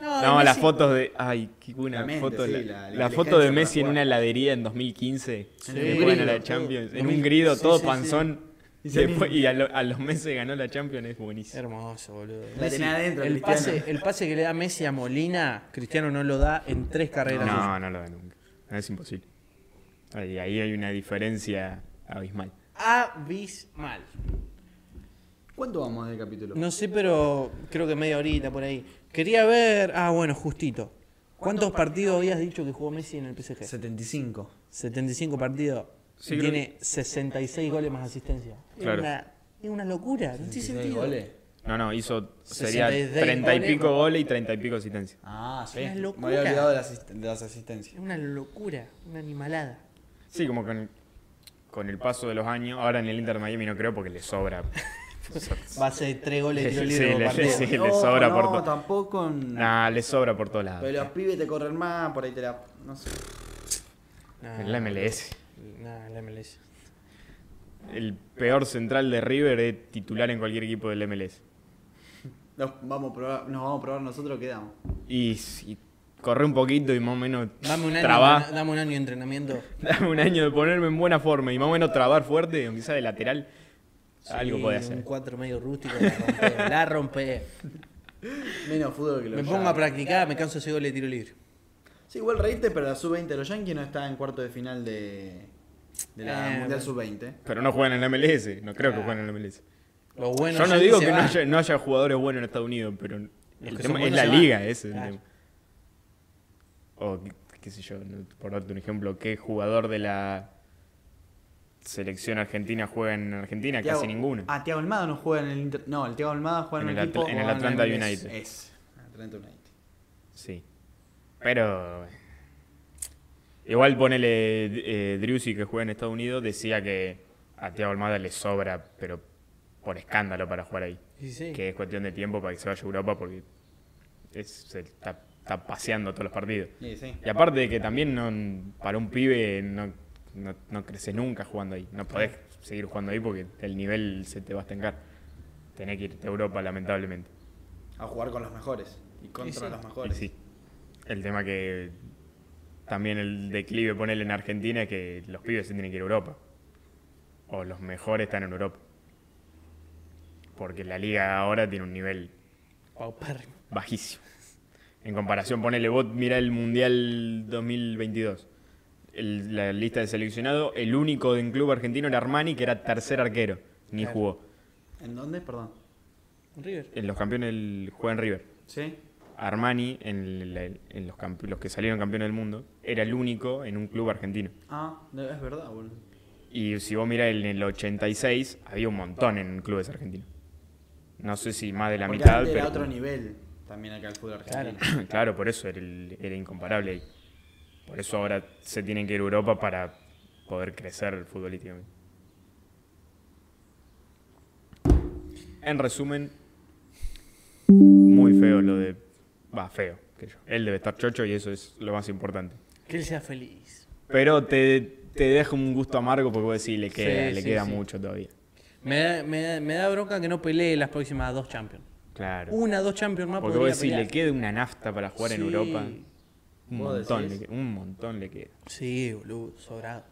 [SPEAKER 1] No,
[SPEAKER 2] Messi-
[SPEAKER 1] las fotos de. Ay, qué buena
[SPEAKER 3] Obviamente,
[SPEAKER 1] foto.
[SPEAKER 3] sí,
[SPEAKER 1] la
[SPEAKER 3] la- la
[SPEAKER 1] la
[SPEAKER 3] inteligencia
[SPEAKER 1] foto de
[SPEAKER 3] para
[SPEAKER 1] Messi en
[SPEAKER 3] jugar.
[SPEAKER 1] una heladería en 2015.
[SPEAKER 2] Sí.
[SPEAKER 1] que
[SPEAKER 2] Un
[SPEAKER 1] juegan a
[SPEAKER 2] grido,
[SPEAKER 1] la Champions.
[SPEAKER 2] todo.
[SPEAKER 1] En un grido,
[SPEAKER 3] Sí,
[SPEAKER 1] todo
[SPEAKER 3] sí, sí.
[SPEAKER 1] panzón.
[SPEAKER 3] Y
[SPEAKER 1] Y,
[SPEAKER 3] se
[SPEAKER 1] después, y a, lo- a los meses ganó la Champions, es buenísimo.
[SPEAKER 2] Hermoso, boludo.
[SPEAKER 3] La tenía adentro,
[SPEAKER 2] el,
[SPEAKER 3] Cristiano.
[SPEAKER 2] pase, el pase que le da Messi a Molina, Cristiano no lo da en tres carreras. suyas.
[SPEAKER 1] No, no lo da nunca. Es imposible. Ahí, ahí hay una diferencia abismal.
[SPEAKER 2] Abismal.
[SPEAKER 3] ¿Cuánto vamos de capítulo?
[SPEAKER 2] No sé, pero creo que media horita por ahí. Quería ver. Ah, bueno, justito. ¿Cuántos partidos habías dicho que jugó Messi en el PSG?
[SPEAKER 3] 75.
[SPEAKER 2] 75 partidos.
[SPEAKER 1] Sí,
[SPEAKER 2] Y
[SPEAKER 1] creo
[SPEAKER 2] tiene 66 goles más asistencia. Es,
[SPEAKER 1] Claro.
[SPEAKER 2] una, es una locura, no tiene
[SPEAKER 3] ¿Seis
[SPEAKER 2] sentido.
[SPEAKER 3] goles?
[SPEAKER 1] No, no, hizo sería
[SPEAKER 2] 66
[SPEAKER 1] 30 y
[SPEAKER 2] goles.
[SPEAKER 1] pico goles y 30 y pico asistencias.
[SPEAKER 3] Ah, sí.
[SPEAKER 2] Una
[SPEAKER 3] Me
[SPEAKER 2] locura.
[SPEAKER 3] había olvidado de las, asist- de las
[SPEAKER 2] Es
[SPEAKER 3] asistencias.
[SPEAKER 2] una locura, una animalada.
[SPEAKER 1] Sí, como con, con el paso de los años. Ahora en el Inter Miami no creo porque le
[SPEAKER 3] (laughs)
[SPEAKER 1] sobra.
[SPEAKER 2] Base de 3 goles de tiro
[SPEAKER 1] Sí,
[SPEAKER 2] libre por
[SPEAKER 1] le-
[SPEAKER 2] partido.
[SPEAKER 1] sí. le sobra
[SPEAKER 3] no,
[SPEAKER 1] por to-
[SPEAKER 3] tampoco. en-
[SPEAKER 1] Nah, le sobra por todos lados.
[SPEAKER 3] Pero los pibes te corren más, por ahí te la. No sé.
[SPEAKER 2] Nah,
[SPEAKER 1] En la MLS.
[SPEAKER 2] nah, la MLS.
[SPEAKER 1] El peor central de River es titular en cualquier equipo del MLS.
[SPEAKER 3] Nos vamos a probar, nos vamos a probar nosotros, quedamos.
[SPEAKER 1] Y, si corre un poquito y más o menos
[SPEAKER 2] Dame un año,
[SPEAKER 1] trabá.
[SPEAKER 2] dame un año de entrenamiento.
[SPEAKER 1] (laughs) Dame un año de ponerme en buena forma y más o menos trabar fuerte, aunque sea de lateral. algo
[SPEAKER 2] Sí,
[SPEAKER 1] puede
[SPEAKER 2] Un
[SPEAKER 1] hacer.
[SPEAKER 2] 4 medio rústico, la
[SPEAKER 1] (laughs)
[SPEAKER 2] rompe. la rompe.
[SPEAKER 3] Menos fútbol que los
[SPEAKER 2] Me pongo a practicar, me canso ese gol de tiro libre.
[SPEAKER 3] Sí, igual reíste, pero la sub-20 de los Yankees no está en cuarto de final de, de la
[SPEAKER 2] Eh,
[SPEAKER 3] Mundial
[SPEAKER 2] bueno.
[SPEAKER 3] sub-20.
[SPEAKER 1] Pero no juegan en la MLS. No creo que jueguen en la MLS.
[SPEAKER 2] Lo bueno
[SPEAKER 1] Yo no
[SPEAKER 2] ya
[SPEAKER 1] digo
[SPEAKER 2] se
[SPEAKER 1] que no
[SPEAKER 2] va.
[SPEAKER 1] haya, no haya jugadores buenos en Estados Unidos, pero el
[SPEAKER 2] que son
[SPEAKER 1] tema es
[SPEAKER 2] buenos
[SPEAKER 1] la
[SPEAKER 2] se van.
[SPEAKER 1] liga, ese es el
[SPEAKER 2] Claro.
[SPEAKER 1] tema. O qué, qué sé yo, no- por darte un ejemplo, ¿qué jugador de la selección argentina juega en Argentina?
[SPEAKER 3] Thiago-
[SPEAKER 1] Casi ninguno.
[SPEAKER 3] Ah, Tiago Almada no juega en el Inter. No, el Tiago Almada juega en,
[SPEAKER 1] En
[SPEAKER 3] un
[SPEAKER 1] el
[SPEAKER 3] equipo.
[SPEAKER 1] Atl- en el
[SPEAKER 3] o
[SPEAKER 1] Atlanta
[SPEAKER 3] MLS.
[SPEAKER 1] United.
[SPEAKER 3] Es, Atlanta United.
[SPEAKER 1] Sí. Pero. eh, Igual ponele eh, Driussi, que juega en Estados Unidos, decía que a Thiago Almada le sobra, pero por escándalo para jugar ahí.
[SPEAKER 2] Sí, sí.
[SPEAKER 1] que es cuestión de tiempo para que se vaya a Europa porque es- se está, está paseando todos los partidos.
[SPEAKER 3] Sí, sí.
[SPEAKER 1] Y aparte de que también no, para un pibe no, no, no creces nunca jugando ahí. No podés seguir jugando ahí porque el nivel se te va a estancar. Tenés que irte a Europa, lamentablemente.
[SPEAKER 3] A jugar con los mejores. Y contra
[SPEAKER 2] sí.
[SPEAKER 3] los
[SPEAKER 1] Y
[SPEAKER 3] mejores.
[SPEAKER 1] sí. El tema que también el declive ponerle en Argentina es que los pibes se tienen que ir a Europa. O los mejores están en Europa. Porque la liga ahora tiene un nivel
[SPEAKER 2] Paupérrimo.
[SPEAKER 1] bajísimo. En comparación, ponele vos, mira el Mundial 2022. El- la lista de seleccionado, el único en club argentino era Armani, que era tercer arquero. Ni
[SPEAKER 2] Claro.
[SPEAKER 1] jugó.
[SPEAKER 3] ¿En dónde? Perdón.
[SPEAKER 2] River.
[SPEAKER 1] En los campeones el, juega en River.
[SPEAKER 3] ¿Sí?
[SPEAKER 1] Armani, en, la- en los, camp- los que salieron campeones del mundo, era el único en un club argentino.
[SPEAKER 3] Ah, de- es verdad, boludo.
[SPEAKER 1] Y si vos mirás en el 86, había un montón en clubes argentinos. No sé si más de la
[SPEAKER 3] Porque
[SPEAKER 1] mitad,
[SPEAKER 3] antes
[SPEAKER 1] pero...
[SPEAKER 3] era otro nivel también acá el fútbol argentino.
[SPEAKER 1] (clears throat) Claro, por eso era, el- era incomparable ahí. Por eso ahora se tienen que ir a Europa para poder crecer futbolísticamente. En resumen, muy feo lo de. Va, feo. qué sé yo. Él debe estar chocho y eso es lo más importante.
[SPEAKER 2] Que él sea feliz.
[SPEAKER 1] Pero te, te deja un gusto amargo porque vos decís, le queda,
[SPEAKER 2] Sí,
[SPEAKER 1] le
[SPEAKER 2] sí,
[SPEAKER 1] queda
[SPEAKER 2] sí.
[SPEAKER 1] mucho todavía.
[SPEAKER 2] Me da, me, da- me da bronca que no pelee las próximas dos Champions.
[SPEAKER 1] Claro.
[SPEAKER 2] Una, dos Champions más
[SPEAKER 1] porque vos
[SPEAKER 2] podría
[SPEAKER 1] decís,
[SPEAKER 2] pelear.
[SPEAKER 1] le queda una nafta para jugar en
[SPEAKER 2] Sí.
[SPEAKER 1] Europa. Un
[SPEAKER 3] ¿Vos
[SPEAKER 1] montón,
[SPEAKER 3] decís?
[SPEAKER 1] le que- un montón le queda.
[SPEAKER 2] Sí, boludo, sobrado.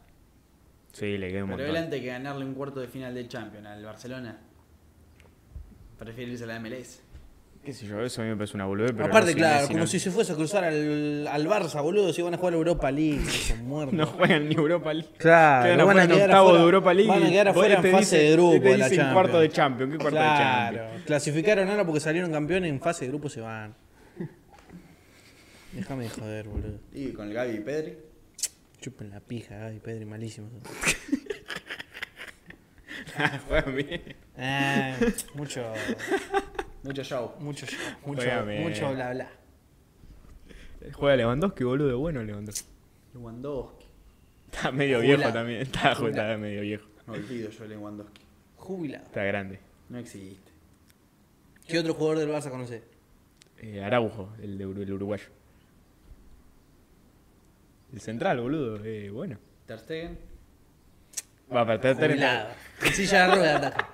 [SPEAKER 1] Sí, le queda un
[SPEAKER 3] Pero
[SPEAKER 1] montón.
[SPEAKER 3] él antes que ganarle un cuarto de final de Champions al Barcelona, prefiere irse a la MLS.
[SPEAKER 1] qué sé yo, eso a mí me parece una boludez, pero
[SPEAKER 2] Aparte,
[SPEAKER 1] no, si
[SPEAKER 2] claro,
[SPEAKER 1] Messi
[SPEAKER 2] como
[SPEAKER 1] no,
[SPEAKER 2] si se fuese a cruzar al, al Barça, boludo, si van a jugar a Europa League, (laughs) son
[SPEAKER 1] (laughs)
[SPEAKER 2] muertos.
[SPEAKER 1] no juegan ni Europa
[SPEAKER 2] (laughs)
[SPEAKER 1] League.
[SPEAKER 2] Claro,
[SPEAKER 1] Quedan
[SPEAKER 2] van a
[SPEAKER 1] afuera en
[SPEAKER 2] quedar
[SPEAKER 1] octavo
[SPEAKER 2] afuera-
[SPEAKER 1] de Europa League.
[SPEAKER 2] van a quedar
[SPEAKER 1] y
[SPEAKER 2] afuera
[SPEAKER 1] vos este
[SPEAKER 2] en
[SPEAKER 1] te
[SPEAKER 2] fase de
[SPEAKER 1] dicen-
[SPEAKER 2] grupo
[SPEAKER 1] te
[SPEAKER 2] de la
[SPEAKER 1] dicen
[SPEAKER 2] Champions.
[SPEAKER 1] cuarto de Champions, ¿qué cuarto de
[SPEAKER 2] Claro,
[SPEAKER 1] Champions?
[SPEAKER 2] clasificaron ahora porque salieron campeones en fase de grupo se van. Déjame de joder, boludo.
[SPEAKER 3] Y con el Gaby y Pedri.
[SPEAKER 2] Chupen la pija, Gaby, Pedri, malísimo.
[SPEAKER 1] Ah, Juegan bien.
[SPEAKER 2] Ah, mucho,
[SPEAKER 3] Mucho show.
[SPEAKER 2] mucho, mucho,
[SPEAKER 1] Juega bien.
[SPEAKER 2] mucho bla bla.
[SPEAKER 1] Juega Lewandowski, boludo, bueno Lewandowski.
[SPEAKER 3] Lewandowski.
[SPEAKER 1] Está medio
[SPEAKER 3] Jugó
[SPEAKER 1] viejo
[SPEAKER 3] la-
[SPEAKER 1] también. Está,
[SPEAKER 3] jugó
[SPEAKER 1] está
[SPEAKER 3] la-
[SPEAKER 1] medio viejo.
[SPEAKER 3] Me olvido yo de Lewandowski.
[SPEAKER 2] Jubilado.
[SPEAKER 1] Está grande.
[SPEAKER 3] No existe.
[SPEAKER 2] ¿Qué otro jugador del Barça conoce?
[SPEAKER 1] Eh, Araujo, el, de, Ur- el uruguayo. El central, boludo. eh, bueno.
[SPEAKER 3] Ter Stegen.
[SPEAKER 1] Va, para estar
[SPEAKER 2] Jubilado. En silla de ruedas ataca.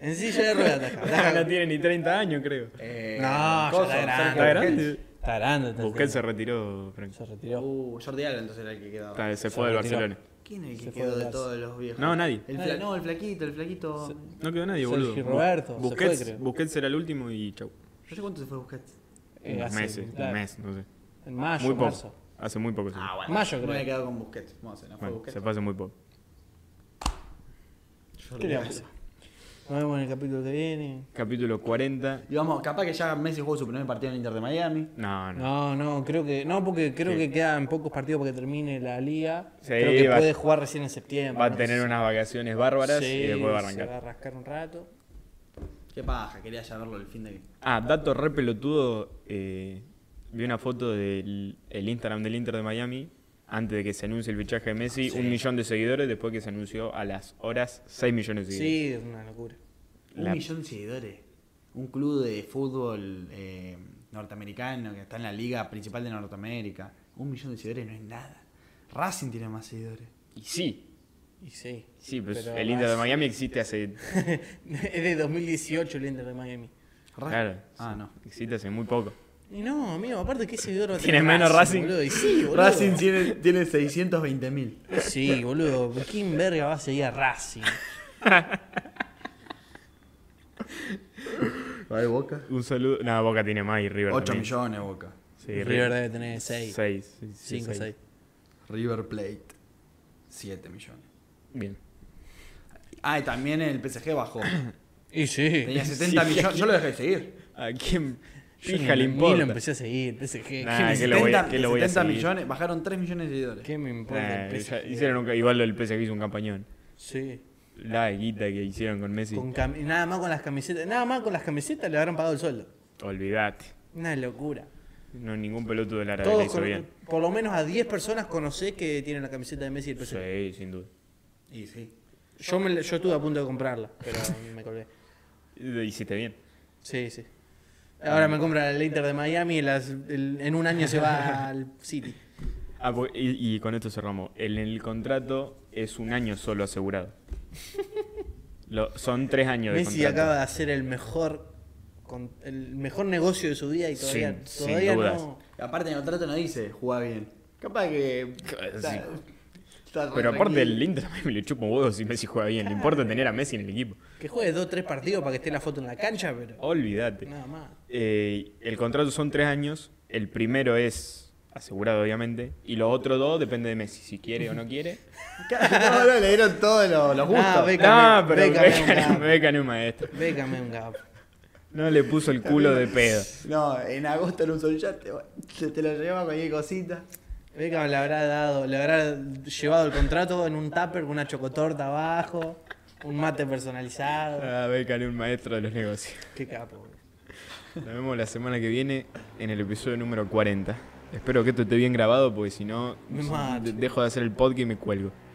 [SPEAKER 2] En silla de ruedas ataca.
[SPEAKER 1] (laughs) No
[SPEAKER 2] Ataca.
[SPEAKER 1] tiene ni 30 años, creo.
[SPEAKER 3] Eh,
[SPEAKER 2] No, ya
[SPEAKER 3] Coso,
[SPEAKER 2] está
[SPEAKER 1] Está
[SPEAKER 2] grande.
[SPEAKER 3] Sergio Busquets.
[SPEAKER 1] grande.
[SPEAKER 2] Está grande. está
[SPEAKER 1] Busquets se
[SPEAKER 2] haciendo.
[SPEAKER 1] retiró, Frank.
[SPEAKER 2] se retiró.
[SPEAKER 3] Uh, Jordi Alba entonces era el que quedaba.
[SPEAKER 1] Está- Se
[SPEAKER 2] se
[SPEAKER 1] fue del
[SPEAKER 2] retiró.
[SPEAKER 1] Barcelona.
[SPEAKER 3] ¿Quién es el
[SPEAKER 2] Se
[SPEAKER 3] que
[SPEAKER 2] fue
[SPEAKER 3] quedó
[SPEAKER 2] de
[SPEAKER 3] de
[SPEAKER 2] las-
[SPEAKER 3] todos los viejos?
[SPEAKER 1] No, nadie.
[SPEAKER 3] El
[SPEAKER 2] Nadie.
[SPEAKER 3] fla- No, el flaquito, el flaquito.
[SPEAKER 1] No quedó nadie,
[SPEAKER 2] Sergio
[SPEAKER 1] boludo. Bu-
[SPEAKER 2] Roberto, se
[SPEAKER 1] Busquets,
[SPEAKER 2] fue, creo.
[SPEAKER 1] Busquets era el último y chau.
[SPEAKER 3] Yo sé cuánto se fue Busquets.
[SPEAKER 2] Eh,
[SPEAKER 1] Unos
[SPEAKER 2] hace-
[SPEAKER 1] meses,
[SPEAKER 2] claro,
[SPEAKER 1] un mes, no sé.
[SPEAKER 2] En mayo,
[SPEAKER 1] muy poco.
[SPEAKER 2] marzo. Ah,
[SPEAKER 1] Hace muy poco. sí.
[SPEAKER 3] bueno.
[SPEAKER 2] Mayo,
[SPEAKER 3] Me
[SPEAKER 2] creo.
[SPEAKER 3] había quedado con Busquets. No, se nos fue
[SPEAKER 1] Ah, Bueno,
[SPEAKER 3] Busquets.
[SPEAKER 1] se fue hace muy poco.
[SPEAKER 3] Jordi
[SPEAKER 2] ¿Qué le
[SPEAKER 3] Alba.
[SPEAKER 2] vamos a hacer? Nos vemos en el capítulo que viene.
[SPEAKER 1] Capítulo 40.
[SPEAKER 3] Y vamos, capaz que ya Messi jugó su primer partido en Inter de Miami.
[SPEAKER 1] No, no.
[SPEAKER 2] No, no, creo que. No, porque creo
[SPEAKER 1] Sí.
[SPEAKER 2] que quedan pocos partidos para que termine la liga.
[SPEAKER 1] Sí,
[SPEAKER 2] creo que
[SPEAKER 1] va-
[SPEAKER 2] puede jugar recién en septiembre.
[SPEAKER 1] Va a
[SPEAKER 2] no
[SPEAKER 1] tener
[SPEAKER 2] sé.
[SPEAKER 1] unas vacaciones bárbaras
[SPEAKER 2] Sí,
[SPEAKER 1] y después va a
[SPEAKER 2] Se va
[SPEAKER 1] arrancar.
[SPEAKER 2] a rascar un rato.
[SPEAKER 3] Qué paja, quería ya verlo el fin de.
[SPEAKER 1] Ah, dato re pelotudo. eh, vi una foto del el Instagram del Inter de Miami. Antes de que se anuncie el fichaje de Messi, un millón de seguidores. Después que se anunció a las horas, 6 millones de seguidores.
[SPEAKER 2] Sí, es una locura.
[SPEAKER 1] La-
[SPEAKER 3] Un millón de seguidores. Un club de fútbol eh, norteamericano que está en la liga principal de Norteamérica. Un millón de seguidores no es nada. Racing tiene más seguidores.
[SPEAKER 1] Y sí,
[SPEAKER 2] Y sí.
[SPEAKER 1] sí, pues
[SPEAKER 2] Pero
[SPEAKER 1] el Inter de
[SPEAKER 2] hace-
[SPEAKER 1] Miami existe hace.
[SPEAKER 2] (laughs) es de 2018 el Inter de Miami.
[SPEAKER 3] Ra-
[SPEAKER 1] Claro,
[SPEAKER 3] Ah,
[SPEAKER 1] sí,
[SPEAKER 3] no.
[SPEAKER 1] Existe hace muy poco.
[SPEAKER 2] Y no, amigo, aparte, ¿qué seguidor va a
[SPEAKER 1] Tiene
[SPEAKER 2] tener
[SPEAKER 1] menos Racing.
[SPEAKER 2] boludo? Y sí, boludo.
[SPEAKER 3] Racing tiene, tiene 620 mil.
[SPEAKER 2] Sí, boludo. ¿Quién verga va a seguir a Racing?
[SPEAKER 3] ¿Vale, Boca?
[SPEAKER 1] Un saludo. No, Boca tiene más y River.
[SPEAKER 3] 8
[SPEAKER 1] también.
[SPEAKER 3] millones, Boca.
[SPEAKER 1] Sí,
[SPEAKER 2] River debe tener 6.
[SPEAKER 1] 6.
[SPEAKER 2] 5, 6.
[SPEAKER 3] River Plate, 7 millones.
[SPEAKER 1] Bien.
[SPEAKER 3] Ah, y también el PSG (coughs) bajó.
[SPEAKER 2] Y sí.
[SPEAKER 3] Tenía 70 millones. Yo lo dejé de seguir.
[SPEAKER 1] ¿A quién
[SPEAKER 2] Yo
[SPEAKER 1] pija le
[SPEAKER 2] ni- ni
[SPEAKER 1] importa?
[SPEAKER 2] lo empecé a seguir, PSG. ¿Qué,
[SPEAKER 1] Nah,
[SPEAKER 3] Ah,
[SPEAKER 2] me,
[SPEAKER 1] que
[SPEAKER 2] importa?
[SPEAKER 1] lo voy a-
[SPEAKER 3] 70
[SPEAKER 1] que lo voy a
[SPEAKER 3] 70
[SPEAKER 1] seguir.
[SPEAKER 3] millones, bajaron 3 millones de seguidores.
[SPEAKER 2] ¿Qué me importa
[SPEAKER 1] Nah,
[SPEAKER 2] el
[SPEAKER 1] ya
[SPEAKER 2] PSG?
[SPEAKER 1] hicieron un, igual lo del PSG hizo un campañón.
[SPEAKER 2] Sí.
[SPEAKER 1] La guita que hicieron con Messi.
[SPEAKER 2] Con cam- Nada más con las camisetas. Nada más con las camisetas le habrán pagado el sueldo.
[SPEAKER 1] Olvidate.
[SPEAKER 2] Una locura.
[SPEAKER 1] No ningún pelotudo del árabe
[SPEAKER 2] Todos
[SPEAKER 1] le hizo
[SPEAKER 2] con-
[SPEAKER 1] bien.
[SPEAKER 2] por lo menos a 10 personas conocés que tienen la camiseta de Messi y el PSG.
[SPEAKER 1] Sí, sin duda.
[SPEAKER 3] Y sí.
[SPEAKER 2] Yo, me, la- yo estuve a punto de comprarla, pero me colgué.
[SPEAKER 1] Lo hiciste bien.
[SPEAKER 2] Sí, sí. Ahora
[SPEAKER 1] Ah,
[SPEAKER 2] me compra el Inter de Miami y las- el- en un año se va al
[SPEAKER 1] (laughs)
[SPEAKER 2] City.
[SPEAKER 1] Ah, porque- y, y con esto cerramos. En el contrato es un año solo
[SPEAKER 2] (laughs)
[SPEAKER 1] asegurado. Lo- son tres años de
[SPEAKER 2] Messi
[SPEAKER 1] contrato.
[SPEAKER 2] acaba de hacer el mejor con- el mejor negocio de su vida y todavía,
[SPEAKER 1] Sin- sin
[SPEAKER 2] todavía
[SPEAKER 1] dudas.
[SPEAKER 2] no.
[SPEAKER 3] Aparte en el contrato no dice juega bien. Capaz que. está-
[SPEAKER 1] sí.
[SPEAKER 3] está re
[SPEAKER 1] Pero aparte el
[SPEAKER 3] tranquilo.
[SPEAKER 1] Inter a mí le chupa un huevo si Messi juega bien. Le importa tener a Messi en el equipo.
[SPEAKER 2] Que juegue dos o tres partidos para que esté la foto en la cancha, pero
[SPEAKER 1] Olvídate.
[SPEAKER 2] nada más.
[SPEAKER 1] Eh, el contrato son tres años. El primero es asegurado, obviamente. Y los otros dos depende de Messi, si quiere o no quiere.
[SPEAKER 3] (laughs) No, no, le dieron todos los los gustos.
[SPEAKER 2] Ah, ve-
[SPEAKER 1] no, pero
[SPEAKER 2] Beckham es un
[SPEAKER 1] Beckham es-
[SPEAKER 2] capo.
[SPEAKER 1] Beckham es un maestro.
[SPEAKER 2] Beckham es un capo.
[SPEAKER 1] No le puso el culo de pedo.
[SPEAKER 3] No, en agosto en un sol ya te, se te lo lleva cualquier cosita.
[SPEAKER 2] Beckham le habrá dado, le habrá llevado el contrato en un tupper con una chocotorta abajo, un mate personalizado.
[SPEAKER 1] Ah, Beckham es un maestro de los negocios.
[SPEAKER 2] Qué capo. boludo.
[SPEAKER 1] Nos vemos la semana que viene en el episodio número 40. Espero que esto esté bien grabado porque si no
[SPEAKER 2] Me mato.
[SPEAKER 1] de- dejo de hacer el podcast y me cuelgo.